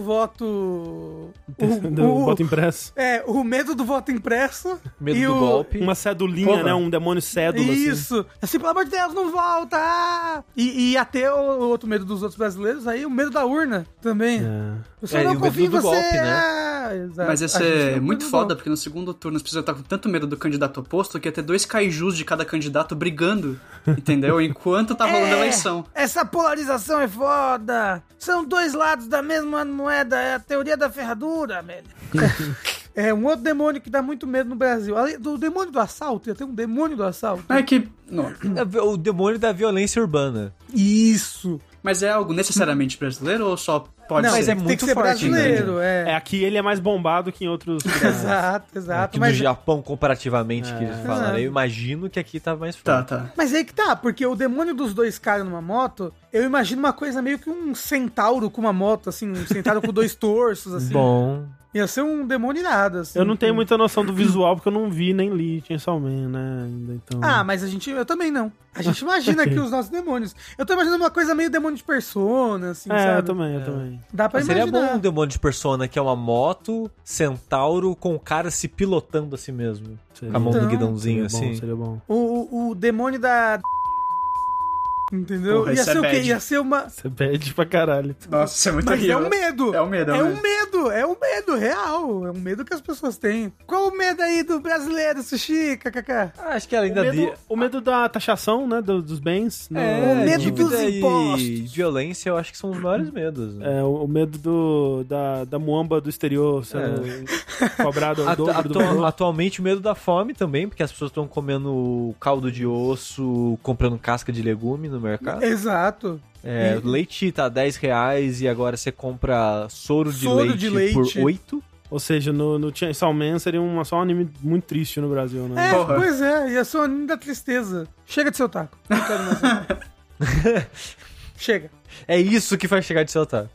Speaker 1: voto o,
Speaker 2: Do
Speaker 1: o-
Speaker 2: voto impresso.
Speaker 1: é, o medo do voto impresso
Speaker 3: Medo
Speaker 1: e
Speaker 3: do
Speaker 1: o,
Speaker 3: golpe.
Speaker 2: Uma cedulinha,
Speaker 3: Porra.
Speaker 2: né? Um demônio cédula, assim.
Speaker 1: Isso. Assim, pelo amor de Deus, não volta! ah! E, e até o o outro medo dos outros brasileiros, aí o medo da urna também.
Speaker 2: É.
Speaker 1: Eu só
Speaker 3: É, e
Speaker 1: não
Speaker 3: o medo
Speaker 1: confio em
Speaker 3: do
Speaker 1: você.
Speaker 3: golpe, né?
Speaker 1: ah, exato.
Speaker 4: Mas ia
Speaker 1: A gente
Speaker 4: ser
Speaker 1: não
Speaker 4: muito
Speaker 1: confia no
Speaker 4: foda,
Speaker 1: golpe.
Speaker 4: porque no segundo turno as pessoas estavam com tanto medo do candidato oposto que ia ter dois kaijus de cada candidato brigando, entendeu? Enquanto tá rolando a
Speaker 1: É.
Speaker 4: eleição.
Speaker 1: Essa polarização é foda! São dois lados da mesma moeda, é a teoria da ferradura, velho. É um outro demônio que dá muito medo no Brasil. Além do demônio do assalto, ia ter um demônio do assalto.
Speaker 4: É que. Não.
Speaker 3: É O demônio da violência urbana.
Speaker 1: Isso!
Speaker 4: Mas é algo necessariamente brasileiro ou só pode
Speaker 1: Não,
Speaker 4: ser?
Speaker 3: mas é
Speaker 1: tem
Speaker 3: muito
Speaker 1: que ser
Speaker 3: forte,
Speaker 1: brasileiro, é.
Speaker 2: É, aqui ele é mais bombado que em outros lugares.
Speaker 1: Exato, exato.
Speaker 3: Aqui do
Speaker 1: Mas, É.
Speaker 3: Japão, comparativamente, que eles falaram. Eu imagino que aqui tá mais
Speaker 4: Tá,
Speaker 3: forte.
Speaker 4: tá.
Speaker 1: mas aí que tá, porque o demônio dos dois caras numa moto, eu imagino uma coisa meio que um centauro com uma moto, assim, um centauro com dois torsos, assim.
Speaker 3: Bom.
Speaker 1: Ia ser um demônio irado, assim.
Speaker 2: Eu não tenho muita noção do visual, porque eu não vi nem li Chainsaw Man, né, ainda, então...
Speaker 1: Ah,
Speaker 3: Hum.
Speaker 1: mas a gente. Eu também não. A gente imagina aqui os nossos demônios. Eu tô imaginando uma coisa meio demônio de persona, assim,
Speaker 2: é,
Speaker 1: sabe?
Speaker 2: eu também, eu também.
Speaker 1: Dá pra
Speaker 3: Mas seria
Speaker 1: imaginar.
Speaker 3: bom um demônio de persona que é uma moto, centauro, com o cara se pilotando a si mesmo. Com a mão
Speaker 1: Então,
Speaker 3: no
Speaker 2: Seria
Speaker 3: guidãozinho,
Speaker 2: bom,
Speaker 3: assim.
Speaker 2: seria bom.
Speaker 1: o, o- o demônio da. Entendeu?
Speaker 4: Porra,
Speaker 1: Ia
Speaker 4: isso é
Speaker 1: ser o quê?
Speaker 4: bad.
Speaker 1: Ia ser uma.
Speaker 2: Você pede pra caralho.
Speaker 4: Nossa, isso é muito
Speaker 1: Mas é
Speaker 4: horrível.
Speaker 1: um medo.
Speaker 4: É um medo,
Speaker 1: É
Speaker 4: é um
Speaker 1: um medo, é um medo real. É um medo que as pessoas têm. Qual o medo aí do brasileiro, sushi, kkk?
Speaker 3: Ah, acho que ela
Speaker 2: O
Speaker 3: ainda
Speaker 2: medo,
Speaker 3: de-
Speaker 2: o medo da taxação, né, do- dos bens. né, no-
Speaker 3: É,
Speaker 1: medo
Speaker 3: dívida
Speaker 1: dos
Speaker 3: e
Speaker 1: impostos.
Speaker 3: violência, eu acho que são os maiores medos. né?
Speaker 2: É, o o medo do, da, da muamba do exterior sendo
Speaker 3: É.
Speaker 2: cobrado ao
Speaker 3: Atu-
Speaker 2: É, dobro do
Speaker 3: atu-
Speaker 2: valor.
Speaker 3: atualmente o medo da fome também, porque as pessoas estão comendo caldo de osso, comprando casca de legume no mercado.
Speaker 1: Exato.
Speaker 3: É, Leite tá 10 reais e agora você compra soro de,
Speaker 1: Soro
Speaker 3: leite,
Speaker 1: de leite.
Speaker 3: por 8.
Speaker 2: Ou seja, no, no Chainsaw Man seria uma, só um anime muito triste no Brasil, né?
Speaker 1: É,
Speaker 4: Porra.
Speaker 1: pois é. Ia ser o anime da tristeza. Chega de seu taco. Não quero mais. não. Chega.
Speaker 3: É isso que vai chegar de saltar.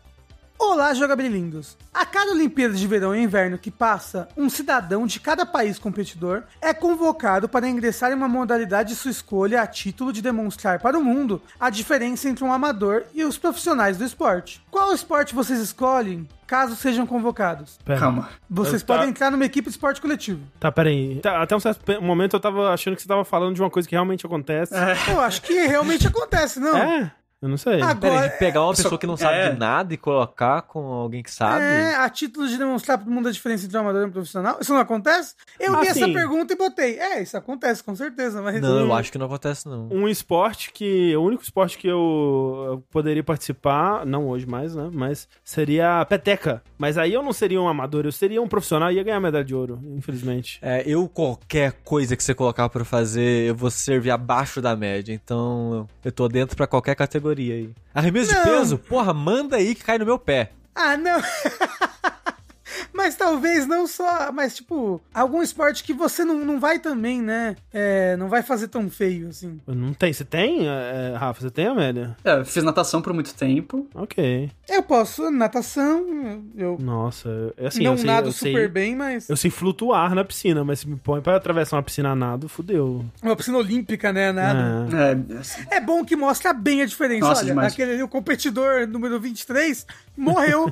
Speaker 1: Olá, jogabilindos! A cada Olimpíada de Verão e Inverno que passa, um cidadão de cada país competidor é convocado para ingressar em uma modalidade de sua escolha a título de demonstrar para o mundo a diferença entre um amador e os profissionais do esporte. Qual esporte vocês escolhem caso sejam convocados?
Speaker 2: Pera.
Speaker 4: Calma.
Speaker 1: Vocês
Speaker 2: Eu tá-
Speaker 1: podem entrar numa equipe de esporte coletivo.
Speaker 2: Tá, peraí. Tá, até um certo pe- momento eu tava achando que você tava falando de uma coisa que realmente acontece. É?
Speaker 1: Eu acho que realmente acontece, não?
Speaker 2: Eu não sei.
Speaker 1: Agora,
Speaker 3: Pera, de pegar uma
Speaker 4: só-
Speaker 3: pessoa que não sabe
Speaker 4: é.
Speaker 3: de nada e colocar com alguém que sabe.
Speaker 1: É, a título de demonstrar pro mundo a diferença entre um amador e um profissional. Isso não acontece? Eu li
Speaker 2: Assim.
Speaker 1: essa pergunta e botei. É, isso acontece, com certeza, mas.
Speaker 3: Não, eu acho que não acontece, não.
Speaker 2: Um esporte que. O único esporte que eu eu poderia participar, não hoje mais, né? Mas seria a peteca. Mas aí eu não seria um amador, eu seria um profissional e ia ganhar medalha de ouro, infelizmente.
Speaker 3: É, eu qualquer coisa que você colocar pra eu fazer, eu vou servir abaixo da média. Então, eu tô dentro pra qualquer categoria aí. Arremesso
Speaker 1: Não.
Speaker 3: de peso? Porra, manda aí que cai no meu pé.
Speaker 1: Ah, não. Mas talvez não só, mas tipo, algum esporte que você não, não vai também, né? É, não vai fazer tão feio, assim.
Speaker 2: Não tem. Você tem, é, Rafa? Você tem, Amélia?
Speaker 4: É, fiz natação por muito tempo.
Speaker 2: Ok.
Speaker 1: Eu posso, natação, eu
Speaker 2: Nossa, eu- assim,
Speaker 1: não
Speaker 2: eu sei,
Speaker 1: nado
Speaker 2: eu sei-
Speaker 1: super bem, mas.
Speaker 2: Eu sei flutuar na piscina, mas se me põe pra atravessar uma piscina a nado, fudeu.
Speaker 1: Uma piscina olímpica, né? Nada.
Speaker 2: É.
Speaker 4: É, assim,
Speaker 1: É bom que mostra bem a diferença.
Speaker 4: Nossa,
Speaker 1: Olha,
Speaker 4: demais.
Speaker 1: aquele ali, o competidor número 23, morreu.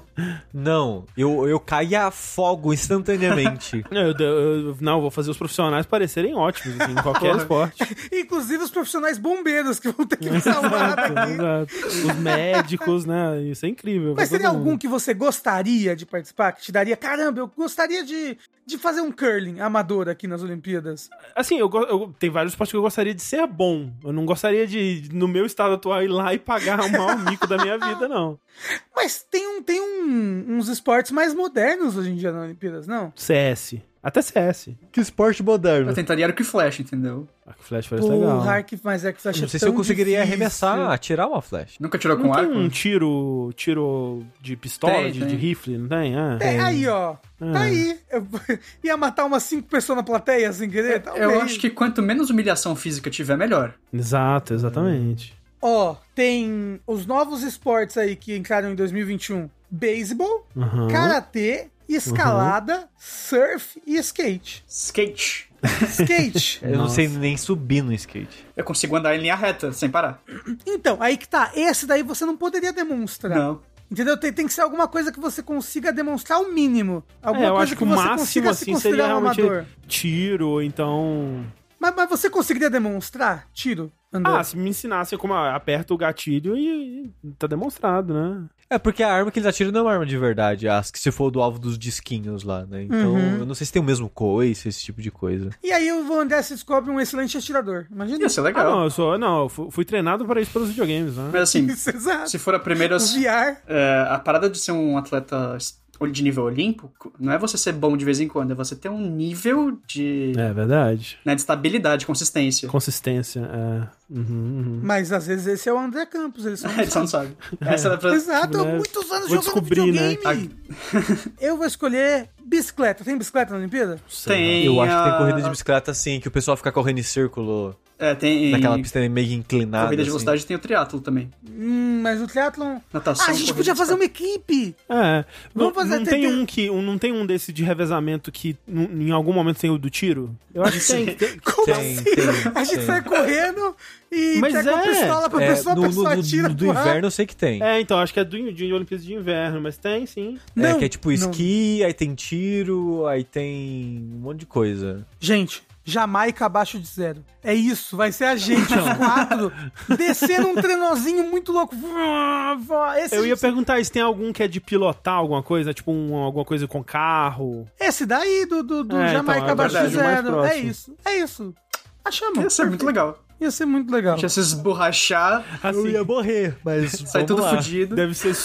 Speaker 3: Não, eu, eu caio a fogo instantaneamente.
Speaker 2: Não, eu, eu- eu- não, eu vou fazer os profissionais parecerem ótimos, assim, em qualquer esporte.
Speaker 1: Inclusive os profissionais bombeiros que vão ter que me salvar daqui.
Speaker 2: Exato. Os médicos, né? Isso é incrível.
Speaker 1: Mas
Speaker 2: pra
Speaker 1: seria
Speaker 2: todo mundo.
Speaker 1: algum que você gostaria de participar? Que te daria, caramba, eu gostaria de, de fazer um curling amador aqui nas Olimpíadas.
Speaker 2: Assim, eu, go- eu- tem vários esportes que eu gostaria de ser bom. Eu não gostaria de, no meu estado atual, ir lá e pagar o maior mico da minha vida, não.
Speaker 1: Mas tem, um, tem um- uns esportes mais modernos hoje em dia nas Olimpíadas, não?
Speaker 2: CS. Até CS.
Speaker 3: que esporte
Speaker 4: eu
Speaker 1: Uhum.
Speaker 3: moderno.
Speaker 4: tentaria arco e flecha, entendeu?
Speaker 2: Arco e flecha parece é legal.
Speaker 1: Porra, arco, mas arco e flecha
Speaker 3: Não
Speaker 1: é
Speaker 3: sei se eu
Speaker 1: tão
Speaker 3: conseguiria
Speaker 1: difícil.
Speaker 3: arremessar, atirar uma flecha.
Speaker 4: Nunca tirou com
Speaker 2: Não tem
Speaker 4: arco?
Speaker 2: um tiro, tiro de pistola,
Speaker 4: Tem,
Speaker 2: de,
Speaker 4: tem.
Speaker 2: de rifle, não tem? Ah.
Speaker 1: É, aí, ó. Tá
Speaker 2: Ah.
Speaker 1: aí. Eu ia matar umas cinco pessoas na plateia sem querer? Tá Talvez.
Speaker 4: Eu acho que quanto menos humilhação física tiver, melhor.
Speaker 2: Exato, exatamente.
Speaker 1: Ó, tem os novos esportes aí que entraram em 2021. Beisebol,
Speaker 2: Aham.
Speaker 1: karatê, escalada,
Speaker 2: Uhum.
Speaker 1: surf e skate.
Speaker 4: Skate.
Speaker 1: Skate.
Speaker 3: Eu não sei nem subir no skate.
Speaker 4: Eu consigo andar em linha reta, sem parar.
Speaker 1: então, aí que tá. Esse daí você não poderia demonstrar.
Speaker 4: Não.
Speaker 1: Entendeu? Tem, tem que ser alguma coisa que você consiga demonstrar o mínimo. Alguma
Speaker 2: É, eu
Speaker 1: coisa
Speaker 2: acho que, o
Speaker 1: você
Speaker 2: máximo
Speaker 1: consiga se
Speaker 2: assim seria
Speaker 1: considerar um
Speaker 2: realmente
Speaker 1: amador.
Speaker 2: tiro, ou então.
Speaker 1: Mas, mas você conseguiria demonstrar tiro, André?
Speaker 2: Ah, se me ensinasse como a- aperta o gatilho e, e tá demonstrado, né?
Speaker 3: É, porque a arma que eles atiram não é uma arma de verdade, as que se for do alvo dos disquinhos lá, né? Então, eu não sei se tem o mesmo coice, esse tipo de coisa.
Speaker 1: E aí o André se descobre um excelente atirador. Imagina
Speaker 4: Ia ser
Speaker 2: Ah,
Speaker 4: legal.
Speaker 2: não, eu sou. Não, eu fu- fui treinado para isso pelos videogames, né?
Speaker 4: Mas assim,
Speaker 1: isso. Exato.
Speaker 4: se for a primeira.
Speaker 1: VR.
Speaker 4: é, a parada de ser um atleta es- de nível olímpico, não é você ser bom de vez em quando, é você ter um nível de,
Speaker 2: É verdade.
Speaker 4: né, de estabilidade, consistência.
Speaker 2: Consistência, é. Uhum, uhum.
Speaker 1: Mas às vezes esse é o André Campos, eles são.
Speaker 4: Você não sabe.
Speaker 1: É.
Speaker 4: Essa é era pra...
Speaker 1: Exato,
Speaker 2: É, né?
Speaker 1: muitos anos
Speaker 2: Vou
Speaker 1: jogando
Speaker 2: descobrir, né?
Speaker 1: videogame. Eu vou escolher bicicleta. Tem bicicleta na Olimpíada?
Speaker 4: Tem
Speaker 3: Eu acho que tem
Speaker 4: a-
Speaker 3: corrida de bicicleta assim, que o pessoal fica correndo em círculo
Speaker 4: É, tem.
Speaker 3: naquela pista meio inclinada.
Speaker 4: Corrida de
Speaker 3: assim.
Speaker 4: velocidade tem o triatlo também.
Speaker 1: Hum, mas no triatlon.
Speaker 4: Natação.
Speaker 1: Ah, a gente
Speaker 4: corrida
Speaker 1: podia
Speaker 4: de
Speaker 1: fazer
Speaker 4: bicicleta.
Speaker 1: uma equipe.
Speaker 2: É. Não,
Speaker 1: Vamos fazer-
Speaker 2: não
Speaker 1: tem-
Speaker 2: tem,
Speaker 1: tem-
Speaker 2: um que. Um, não tem um desse de revezamento que nu- em algum momento tem o do tiro? Eu acho que tem. tem-
Speaker 1: Como
Speaker 3: Tem,
Speaker 1: assim?
Speaker 3: tem,
Speaker 1: a gente
Speaker 3: tem.
Speaker 1: sai correndo e
Speaker 2: Mas
Speaker 1: pega uma
Speaker 2: é,
Speaker 1: pistola pra
Speaker 3: É,
Speaker 1: pessoa,
Speaker 3: no,
Speaker 1: a pessoa
Speaker 3: no- no-
Speaker 1: atira.
Speaker 3: do
Speaker 1: pro ar.
Speaker 3: inverno eu sei que tem. É,
Speaker 2: É, então, acho que é do, de Olimpíadas de Inverno, mas tem sim.
Speaker 1: Não,
Speaker 3: que é tipo
Speaker 1: não.
Speaker 3: esqui, aí tem tiro, aí tem um monte de coisa.
Speaker 1: Gente, Jamaica abaixo de zero. É isso, vai ser a gente, os quatro, descendo um trenozinho muito louco. Esse,
Speaker 2: Eu ia perguntar se tem algum que é de pilotar alguma coisa, tipo um- alguma coisa com carro.
Speaker 1: esse daí do, do, do
Speaker 2: É, então,
Speaker 1: Jamaica
Speaker 2: é
Speaker 1: abaixo de
Speaker 4: verdade,
Speaker 2: o mais
Speaker 1: zero. É
Speaker 2: próximo.
Speaker 1: isso, é isso. Achamos.
Speaker 4: Ia ser muito legal.
Speaker 1: Ia ser muito legal.
Speaker 4: A gente ia se esborrachar,
Speaker 2: Assim,
Speaker 3: morrer, mas
Speaker 4: sair tudo fudido.
Speaker 2: deve ser.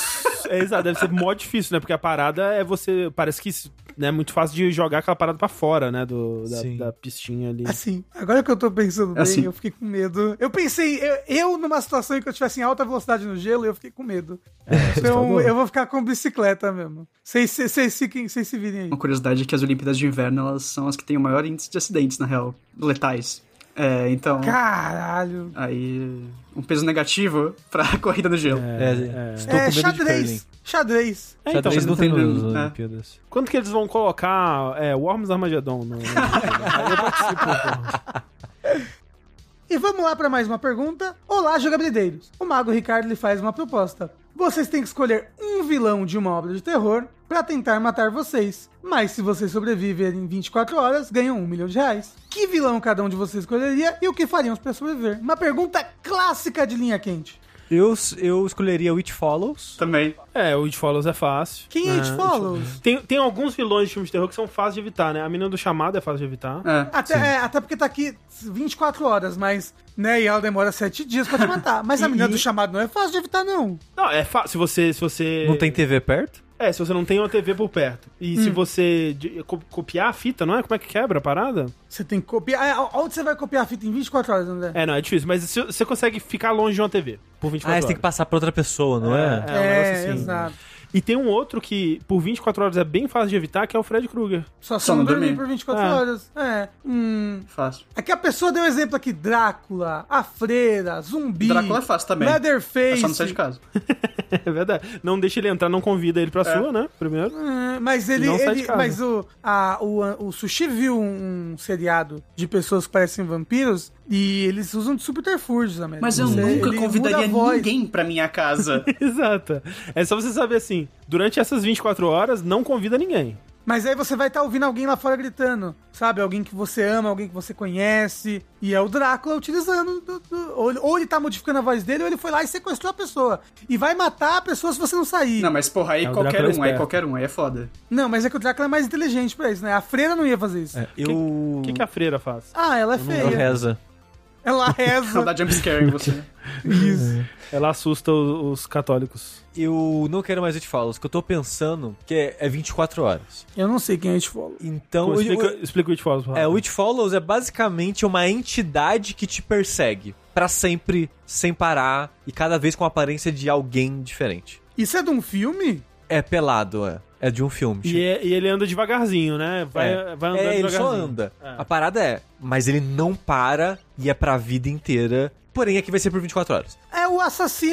Speaker 2: é, exato, deve ser mó difícil, né? Porque a parada é você. Parece que né, é muito fácil de jogar aquela parada pra fora, né? Do,
Speaker 3: Sim.
Speaker 2: da, da pistinha ali.
Speaker 1: Assim, agora que eu tô pensando bem,
Speaker 4: Assim.
Speaker 1: eu fiquei com medo. Eu pensei, eu, eu numa situação em que eu tivesse em alta velocidade no gelo, eu fiquei com medo.
Speaker 3: É, tá
Speaker 1: então eu vou ficar com bicicleta mesmo. Vocês vocês- vocês fiquem- vocês se virem aí.
Speaker 3: Uhum.
Speaker 4: Uma curiosidade é que as Olimpíadas de Inverno elas são as que têm o maior índice de acidentes, na real, letais. É, então,
Speaker 1: Caralho.
Speaker 4: aí um peso negativo pra corrida no gelo.
Speaker 3: É, é. Estou
Speaker 1: é,
Speaker 3: com medo de curling.
Speaker 1: xadrez. Xadrez.
Speaker 2: É,
Speaker 3: Xadrez
Speaker 2: mas
Speaker 3: não tem né?
Speaker 4: tem-
Speaker 3: nas
Speaker 4: é.
Speaker 3: Olimpíadas.
Speaker 2: Quanto que eles vão colocar é, Worms Armageddon? No...
Speaker 1: E vamos lá para mais uma pergunta. Olá, jogabilideiros. O Mago Ricardo lhe faz uma proposta. Vocês têm que escolher um vilão de uma obra de terror para tentar matar vocês. Mas se vocês sobreviverem em 24 horas, ganham um milhão de reais. Que vilão cada um de vocês escolheria e o que faríamos para sobreviver? Uma pergunta clássica de linha quente.
Speaker 3: Eu, eu escolheria Witch Follows.
Speaker 4: Também.
Speaker 2: é, o It Follows é fácil.
Speaker 1: Quem é
Speaker 2: né?
Speaker 1: It Follows?
Speaker 2: Tem, tem alguns vilões de filmes de terror que são fáceis de evitar, né? A menina do chamado é fácil de evitar.
Speaker 4: É.
Speaker 1: Até, é, até porque tá aqui 24 horas, mas, né, e ela demora 7 dias pra te matar. Mas a menina do chamado não é fácil de evitar, não.
Speaker 2: Não, é fácil. Se você. Se você...
Speaker 3: Não tem TV perto?
Speaker 2: É, se você não tem uma TV por perto. E
Speaker 1: Hum.
Speaker 2: se você de- co- copiar a fita, não é? Como é que quebra a parada?
Speaker 1: Você tem que copiar. é, Onde você vai copiar a fita em 24 horas, André?
Speaker 2: É, não, é difícil. Mas se- você consegue ficar longe de uma TV por 24
Speaker 3: Ah,
Speaker 2: horas.
Speaker 3: você tem que passar pra outra pessoa, não é?
Speaker 2: É, um negócio assim.
Speaker 1: exato.
Speaker 2: E tem um outro que por 24 horas é bem fácil de evitar, que é o Fred Krueger.
Speaker 1: Só se
Speaker 4: Só
Speaker 1: não
Speaker 4: não
Speaker 1: dormir
Speaker 4: dormir.
Speaker 1: por 24
Speaker 2: Ah.
Speaker 1: horas. É. Hum.
Speaker 4: Fácil.
Speaker 1: Aqui a pessoa deu um exemplo aqui: Drácula, a freira, zumbi.
Speaker 4: Drácula é fácil também. É
Speaker 1: Leatherface.
Speaker 4: só não sair de casa.
Speaker 2: É verdade. Não deixa ele entrar, não convida ele pra
Speaker 1: É.
Speaker 2: sua, né? Primeiro.
Speaker 1: Hum, Mas ele.
Speaker 2: Não sai
Speaker 1: ele-
Speaker 2: de casa.
Speaker 1: mas o, a- o, o Sushi viu um, um seriado de pessoas que parecem vampiros e eles usam de subterfúgios, América.
Speaker 4: Mas eu
Speaker 1: Você-
Speaker 4: nunca
Speaker 1: ele
Speaker 4: convidaria
Speaker 1: muda a voz.
Speaker 4: ninguém pra minha casa.
Speaker 2: Exato. É só você saber assim, durante essas 24 horas, não convida ninguém.
Speaker 1: Mas aí você vai estar ouvindo alguém lá fora gritando, sabe? Alguém que você ama, alguém que você conhece. E é o Drácula utilizando. do- do- ou, ele, ou ele tá modificando a voz dele, ou ele foi lá e sequestrou a pessoa. E vai matar a pessoa se você não sair.
Speaker 4: não,
Speaker 1: Não,
Speaker 4: mas porra, aí
Speaker 2: É, o
Speaker 4: qualquer
Speaker 2: Drácula é
Speaker 4: um, aí
Speaker 2: esperto.
Speaker 4: qualquer um, aí é foda.
Speaker 1: mas é que o Drácula é mais inteligente pra isso, né? A freira não ia fazer isso.
Speaker 3: É, eu.
Speaker 2: O que, que a freira faz?
Speaker 1: Ah, ela é
Speaker 3: Ela
Speaker 1: feia.
Speaker 3: reza.
Speaker 1: Ela
Speaker 4: Não
Speaker 1: reza.
Speaker 4: dá jumpscare em você.
Speaker 1: isso.
Speaker 2: Ela assusta o- os, católicos.
Speaker 3: Eu não quero mais It Follows, que eu tô pensando que é, é 24 horas.
Speaker 1: Eu não sei quem é a gente fala.
Speaker 3: Então.
Speaker 2: Pô,
Speaker 3: eu-
Speaker 2: explica, explica o It Follows. pra
Speaker 3: É,
Speaker 2: ela.
Speaker 3: o It Follows é basicamente uma entidade que te persegue pra sempre, sem parar e cada vez com a aparência de alguém diferente.
Speaker 1: Isso é de um filme?
Speaker 3: É pelado, é. É de um filme.
Speaker 2: E, é- e ele anda devagarzinho, né? Vai, vai andando
Speaker 3: é, ele só
Speaker 2: devagarzinho.
Speaker 3: anda.
Speaker 2: É.
Speaker 3: A parada é, mas ele não para e é pra vida inteira. Porém, aqui vai ser por 24 horas.
Speaker 1: É o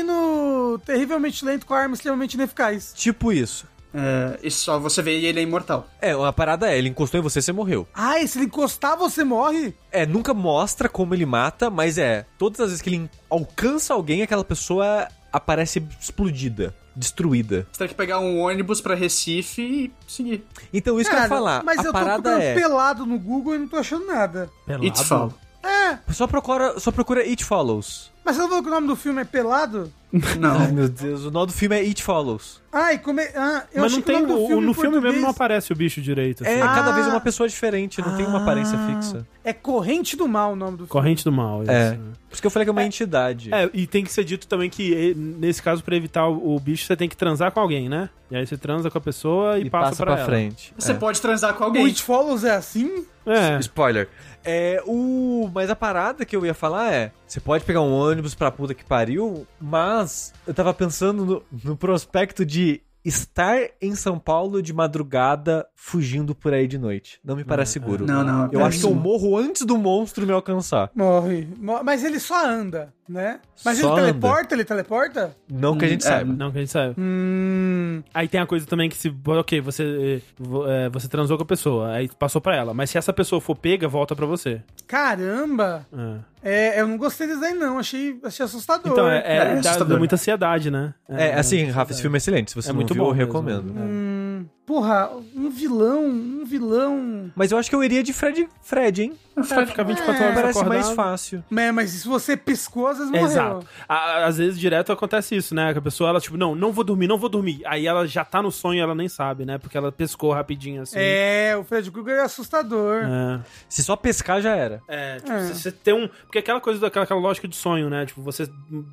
Speaker 1: assassino terrivelmente lento com a arma extremamente ineficaz.
Speaker 3: Tipo isso.
Speaker 4: É, e só você vê e ele é imortal.
Speaker 3: É, a parada é, ele encostou em você, você morreu.
Speaker 1: Ah, e se ele encostar, você morre?
Speaker 3: É, nunca mostra como ele mata, mas é, todas as vezes que ele en- alcança alguém, aquela pessoa aparece explodida, destruída.
Speaker 4: Você tem que pegar um ônibus pra Recife e seguir.
Speaker 3: Então isso que eu ia
Speaker 1: Cara,
Speaker 3: falar.
Speaker 1: Mas
Speaker 3: a
Speaker 1: eu tô
Speaker 3: parada
Speaker 1: procurando
Speaker 3: é.
Speaker 1: pelado no Google e não tô achando nada.
Speaker 4: It's fall.
Speaker 1: É,
Speaker 3: Só procura, só procura It Follows.
Speaker 1: Mas você não falou que o nome do filme é Pelado?
Speaker 3: Ai,
Speaker 4: Não.
Speaker 3: meu Deus, o nome do filme é It Follows.
Speaker 1: Ai, como é... Ah, eu
Speaker 2: Mas
Speaker 1: achei que
Speaker 2: não
Speaker 1: o
Speaker 2: tem.
Speaker 1: nome do
Speaker 2: o-
Speaker 1: filme
Speaker 2: no
Speaker 1: em
Speaker 2: filme mesmo
Speaker 1: português
Speaker 2: não aparece o bicho direito. assim.
Speaker 3: É,
Speaker 1: Ah.
Speaker 3: cada vez é uma pessoa diferente, não tem uma aparência
Speaker 1: Ah.
Speaker 3: fixa.
Speaker 1: É Corrente do Mal o nome do filme.
Speaker 2: Corrente do mal. isso,
Speaker 3: É.
Speaker 2: né?
Speaker 3: Por isso que eu falei que é uma entidade.
Speaker 2: É, e tem que ser dito também que, eh, nesse caso, pra evitar o, o bicho, você tem que transar com alguém, né? E aí você transa com a pessoa e,
Speaker 3: e
Speaker 2: passa, pra, ela.
Speaker 3: frente. É.
Speaker 4: Você pode transar com
Speaker 1: O
Speaker 4: alguém.
Speaker 1: It Follows é assim?
Speaker 2: É.
Speaker 6: Spoiler.
Speaker 3: É, o. Mas a parada que eu ia falar é: você pode pegar um ônibus pra puta que pariu, mas eu tava pensando no, no prospecto de estar em São Paulo de madrugada fugindo por aí de noite. Não me parece seguro.
Speaker 4: Não, não. é
Speaker 3: Eu acho que eu
Speaker 4: péssimo.
Speaker 3: morro antes do monstro me alcançar.
Speaker 1: Morre. Mo- Mas ele só anda, né? Mas ele
Speaker 3: Só anda.
Speaker 1: teleporta? Ele teleporta?
Speaker 3: Não que a gente
Speaker 4: É,
Speaker 3: saiba.
Speaker 2: Não, que a gente sabe.
Speaker 1: Hum...
Speaker 2: Aí tem a coisa também que se. Ok, você, eh, vo- eh, você transou com a pessoa, aí passou pra ela. Mas se essa pessoa for pega, volta pra você.
Speaker 1: Caramba!
Speaker 2: É.
Speaker 1: É, eu não gostei desse daí, não. Achei, achei assustador.
Speaker 2: Então, é, é,
Speaker 4: É,
Speaker 2: dá- dá,
Speaker 4: assustador.
Speaker 2: muita ansiedade, né?
Speaker 3: É, assim, Rafa, esse filme é excelente. Se você
Speaker 2: É
Speaker 3: não
Speaker 2: muito
Speaker 3: viu,
Speaker 2: bom
Speaker 3: eu
Speaker 2: mesmo.
Speaker 3: recomendo.
Speaker 1: Hum, porra, um vilão, um vilão.
Speaker 3: Mas eu acho que eu iria de Fred, Fred hein?
Speaker 2: Vai ficar 24 horas
Speaker 3: Parece
Speaker 2: acordado.
Speaker 3: mais fácil.
Speaker 1: É, mas se você piscou, às vezes morreu.
Speaker 2: Exato. A- Às vezes direto acontece isso, né? Que a pessoa, ela, tipo, não, não vou dormir, não vou dormir. Aí ela já tá no sonho, ela nem sabe, né? Porque ela pescou rapidinho assim.
Speaker 1: É, o Fred Krueger é assustador.
Speaker 2: É.
Speaker 3: Se só pescar, já era.
Speaker 2: É, tipo,
Speaker 1: É.
Speaker 2: você- você tem um. Porque aquela coisa daquela aquela lógica de sonho, né? Tipo, você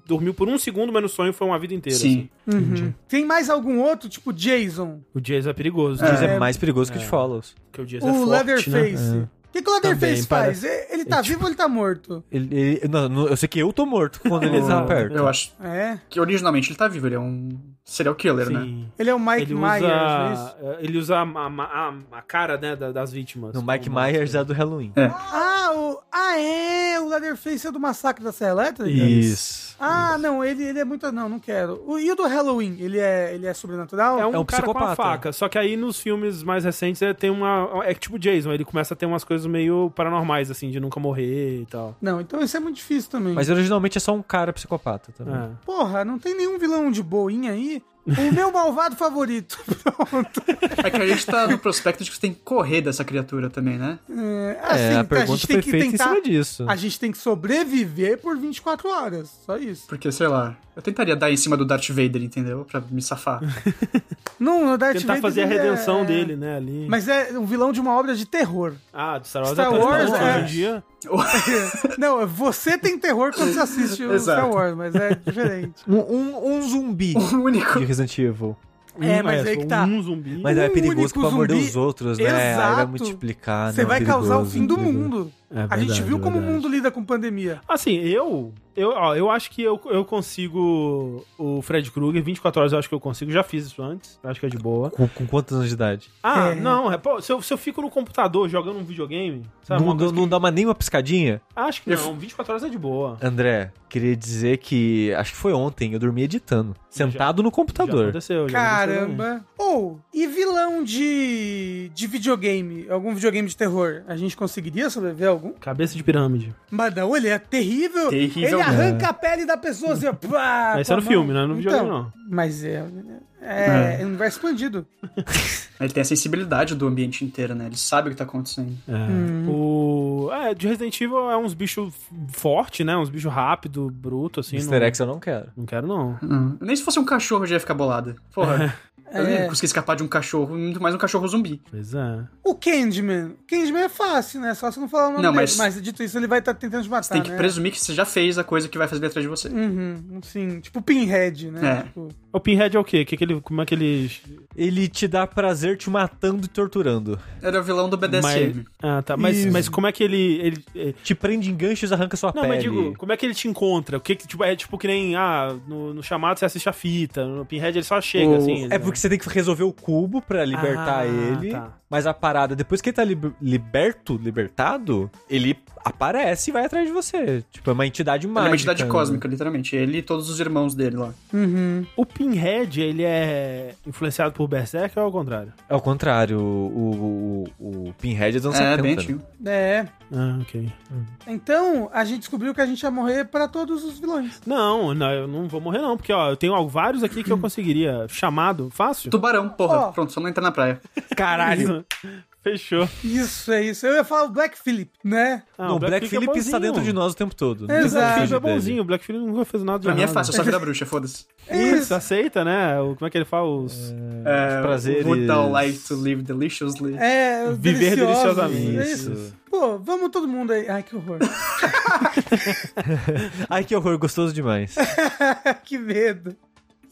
Speaker 2: dormiu por um segundo, mas no sonho foi uma vida inteira.
Speaker 4: Sim.
Speaker 2: assim.
Speaker 1: Uhum. Tem mais algum outro, tipo Jason?
Speaker 2: O Jason é perigoso.
Speaker 4: É.
Speaker 2: Diz
Speaker 3: Mas é mais perigoso que o de Follows.
Speaker 2: que o Jason
Speaker 1: o
Speaker 2: é forte, né?
Speaker 1: Leatherface. O que, que o Leatherface
Speaker 2: Também,
Speaker 1: faz? Ele- Ele tá
Speaker 2: É,
Speaker 1: vivo ou ele tá morto?
Speaker 3: Ele, ele- não, não, eu sei que eu tô morto quando ele
Speaker 2: Exato.
Speaker 3: tá perto.
Speaker 4: Eu acho
Speaker 1: É.
Speaker 4: que originalmente ele tá vivo, ele é um serial killer, né?
Speaker 2: Sim.
Speaker 1: Ele é o Mike
Speaker 2: Ele
Speaker 1: Myers, não é isso?
Speaker 2: usa, ele usa a, a- a- a cara né, da- das vítimas. Tipo,
Speaker 3: No Mike
Speaker 2: Como-
Speaker 3: Myers é do Halloween.
Speaker 1: Ah, o... ah, é! O Leatherface é do Massacre da Serra Elétrica?
Speaker 3: É Isso.
Speaker 1: Ah, não, ele, ele é muito. Não, não quero. O, e o do Halloween? Ele é, ele é sobrenatural?
Speaker 2: É um,
Speaker 3: É um
Speaker 2: cara com a
Speaker 3: psicopata.
Speaker 2: faca. Só que aí nos filmes mais recentes ele tem uma. É tipo Jason, ele começa a ter umas coisas meio paranormais, assim, de nunca morrer e tal.
Speaker 1: Não, então isso é muito difícil também.
Speaker 3: Mas originalmente é só um cara psicopata também.
Speaker 2: É.
Speaker 1: Porra, não tem nenhum vilão de boinha aí? O meu malvado favorito. Pronto.
Speaker 4: É que a gente tá no prospecto de que você tem que correr dessa criatura também, né?
Speaker 1: É,
Speaker 3: É,
Speaker 1: assim,
Speaker 3: a
Speaker 1: a
Speaker 3: pergunta
Speaker 1: gente tem que
Speaker 3: perfeita em
Speaker 1: tentar.
Speaker 3: cima disso.
Speaker 1: A gente tem que sobreviver por 24 horas. Só isso.
Speaker 4: Porque, sei lá, eu tentaria dar em cima do Darth Vader, entendeu? Pra me safar.
Speaker 1: Não, o Darth
Speaker 2: Tentar
Speaker 1: Vader,
Speaker 2: fazer a
Speaker 1: ele é-
Speaker 2: redenção dele, né, ali.
Speaker 1: Mas é um vilão de uma obra de terror.
Speaker 2: Ah, do Star Wars,
Speaker 1: Star
Speaker 2: até
Speaker 1: Wars,
Speaker 2: não,
Speaker 1: é.
Speaker 2: hoje em dia.
Speaker 1: Não, você tem terror quando você assiste o
Speaker 4: Exato.
Speaker 1: Star Wars, mas é diferente.
Speaker 3: Um, um- um zumbi
Speaker 4: O único.
Speaker 3: de Resident Evil.
Speaker 1: É,
Speaker 3: Hum,
Speaker 2: Um-
Speaker 1: mas aí que
Speaker 2: um
Speaker 1: tá.
Speaker 2: zumbi.
Speaker 3: Mas é
Speaker 1: Um
Speaker 3: perigoso
Speaker 1: único
Speaker 3: pra morder
Speaker 1: zumbi.
Speaker 3: os outros, né? Aí vai
Speaker 1: Exato.
Speaker 3: multiplicar.
Speaker 1: Você
Speaker 3: não, é
Speaker 1: vai causar o
Speaker 3: perigoso,
Speaker 1: fim do
Speaker 3: é perigoso.
Speaker 1: mundo.
Speaker 2: É
Speaker 1: a gente
Speaker 2: verdade,
Speaker 1: viu
Speaker 2: é
Speaker 1: como o
Speaker 2: verdade.
Speaker 1: mundo lida com pandemia.
Speaker 2: Assim, eu. Eu, ó, eu acho que eu, eu consigo o Fred Krueger, 24 horas eu acho que eu consigo, já fiz isso antes, acho que é de boa.
Speaker 3: Com, com quantos anos de idade?
Speaker 2: Ah,
Speaker 1: É.
Speaker 2: não, é, pô, se, eu, se eu fico no computador jogando um videogame, sabe?
Speaker 3: não
Speaker 2: uma coisa
Speaker 3: não dá uma, nem uma piscadinha?
Speaker 2: que- Acho que não, 24 horas é de boa.
Speaker 3: André, queria dizer que. Acho que foi ontem, eu dormi editando.
Speaker 2: Já-
Speaker 3: Sentado no
Speaker 2: Já
Speaker 3: computador.
Speaker 2: aconteceu, já aconteceu
Speaker 1: Caramba. Ou, e vilão de, de videogame? Algum videogame de terror? A gente conseguiria sobreviver a algum?
Speaker 2: também. Cabeça de pirâmide.
Speaker 1: Mas não, ele é terrível.
Speaker 4: Terrível,
Speaker 1: ele
Speaker 4: né?
Speaker 1: arranca a pele da pessoa assim, ó. pá,
Speaker 2: Mas isso
Speaker 1: com a
Speaker 2: é
Speaker 1: mão.
Speaker 2: no filme, não é no
Speaker 1: Então,
Speaker 2: videogame, não.
Speaker 1: Mas é. É, é universo expandido.
Speaker 4: Ele tem a sensibilidade do ambiente inteiro, né? Ele sabe o que tá acontecendo.
Speaker 2: É.
Speaker 1: Hum.
Speaker 2: O... é, de Resident Evil é uns bichos fortes, né? Uns bichos rápido, bruto, assim.
Speaker 3: Mr.
Speaker 2: Não,
Speaker 3: X eu não quero.
Speaker 2: não quero, não.
Speaker 4: Hum. Nem se fosse um cachorro eu já ia ficar bolado. Porra, eu não
Speaker 1: É.
Speaker 4: ia conseguir escapar de um cachorro, muito mais um cachorro zumbi.
Speaker 2: Pois é.
Speaker 1: O Candyman. O Candyman é fácil, né? Só se não falar o nome
Speaker 4: Não,
Speaker 1: dele.
Speaker 4: mas-
Speaker 1: dito isso, ele vai estar tentando te matar.
Speaker 4: Você tem que
Speaker 1: né?
Speaker 4: presumir que você já fez a coisa que vai fazer atrás de você.
Speaker 1: Uhum, sim. Tipo Pinhead, né?
Speaker 4: É.
Speaker 1: Tipo,
Speaker 2: O Pinhead é o quê? Que que ele, como é que ele.
Speaker 3: Ele te dá prazer te matando e torturando.
Speaker 4: Era é o vilão do BDSM.
Speaker 2: Mas, ah, tá. Mas,
Speaker 3: Isso.
Speaker 2: mas como é que ele. ele- é-
Speaker 3: Te prende em ganchos e arranca sua
Speaker 2: Não,
Speaker 3: pele.
Speaker 2: mas digo, como é que ele te encontra? O que, que tipo, é tipo que nem. Ah, no, no chamado você assiste a fita. No Pinhead ele só chega,
Speaker 4: O-
Speaker 2: assim.
Speaker 3: É porque você tem que resolver o cubo pra libertar
Speaker 2: Ah,
Speaker 3: ele.
Speaker 2: tá.
Speaker 3: Mas a parada, depois que ele tá lib- liberto, libertado, ele aparece e vai atrás de você. Tipo, é uma entidade
Speaker 4: Ele é
Speaker 3: mágica.
Speaker 4: uma entidade cósmica, literalmente. Ele e todos os irmãos dele lá.
Speaker 1: uhum.
Speaker 2: O Pinhead, ele é influenciado por Berserk ou ao contrário?
Speaker 3: É o contrário. O, o, o Pinhead é dos anos
Speaker 4: É,
Speaker 3: 70.
Speaker 4: bem
Speaker 3: né?
Speaker 4: antigo.
Speaker 1: É.
Speaker 2: Ah, ok.
Speaker 1: Então, a gente descobriu que a gente ia morrer pra todos os vilões.
Speaker 2: Não, não, eu não vou morrer, não, porque ó, eu tenho ó, vários aqui que eu conseguiria. Chamado, fácil?
Speaker 4: Tubarão, porra.
Speaker 1: Ó.
Speaker 4: Pronto, só não entra na praia.
Speaker 3: Caralho.
Speaker 2: Fechou.
Speaker 1: Isso, é isso. Eu ia falar o Black Phillip, né?
Speaker 2: Ah,
Speaker 3: o Black Phillip
Speaker 2: é
Speaker 3: está
Speaker 2: bonzinho.
Speaker 3: dentro de nós o tempo todo.
Speaker 2: O Black
Speaker 1: Exato.
Speaker 2: Phillip é
Speaker 3: Dele.
Speaker 2: bonzinho, o Black Phillip nunca fez nada de
Speaker 4: Pra mim é
Speaker 2: errado.
Speaker 4: fácil, eu só vira bruxa, foda-se.
Speaker 2: É Isso, aceita, né? O, como é que ele fala? Os...
Speaker 4: É,
Speaker 3: prazeres.
Speaker 4: Would thou like to live deliciously?
Speaker 1: É,
Speaker 2: Viver
Speaker 1: deliciosos,
Speaker 2: deliciosamente.
Speaker 1: é Isso. Pô, vamos todo mundo aí. Ai, que horror.
Speaker 3: Ai, que horror, gostoso demais.
Speaker 1: que medo.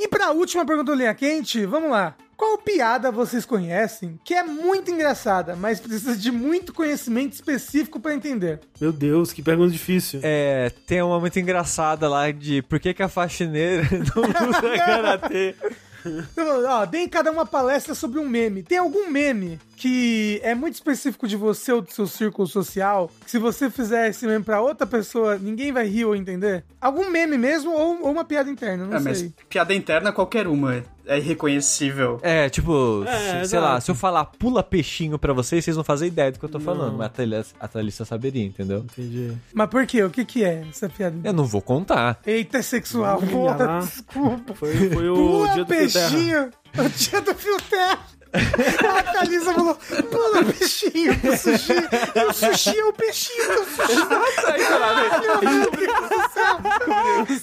Speaker 1: E pra última pergunta do Linha Quente, vamos lá. Qual piada vocês conhecem que é muito engraçada, mas precisa de muito conhecimento específico pra entender?
Speaker 2: Meu Deus, que pergunta difícil.
Speaker 3: É, tem uma muito engraçada lá de por que, que a faxineira não usa karatê.
Speaker 1: Então, ó, deem cada uma palestra sobre um meme. Tem algum meme que é muito específico de você ou do seu círculo social, que se você fizer esse meme pra outra pessoa, ninguém vai rir ou entender? Algum meme mesmo ou, ou uma piada interna, não
Speaker 4: É, mas
Speaker 1: sei.
Speaker 4: piada interna, qualquer uma é irreconhecível.
Speaker 3: É, tipo,
Speaker 2: É,
Speaker 3: se- sei lá,
Speaker 2: exato.
Speaker 3: se eu falar pula peixinho pra vocês, vocês não fazem ideia do que eu tô falando, mas a Thalissa- a Thalissa saberia, entendeu?
Speaker 2: Entendi.
Speaker 1: Mas por quê? O que que é essa piada?
Speaker 3: Eu não vou contar.
Speaker 1: Eita, é sexual.
Speaker 2: Olha
Speaker 1: Porra,
Speaker 2: lá.
Speaker 1: desculpa.
Speaker 2: Foi, foi o
Speaker 1: Pula,
Speaker 2: dia do Terra.
Speaker 1: peixinho. O dia do fio terra. A Thalisa falou, pula peixinho pro sushi. E o sushi é o peixinho do sushi.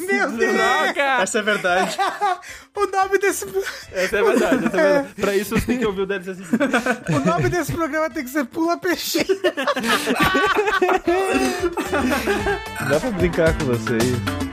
Speaker 1: Meu Deus.
Speaker 4: Essa é a verdade.
Speaker 1: O nome desse...
Speaker 2: Essa é verdade, essa é verdade. Pra isso você tem que ouvir o DLC assim.
Speaker 1: O nome desse programa tem que ser Pula Peixinho.
Speaker 3: Dá pra brincar com vocês.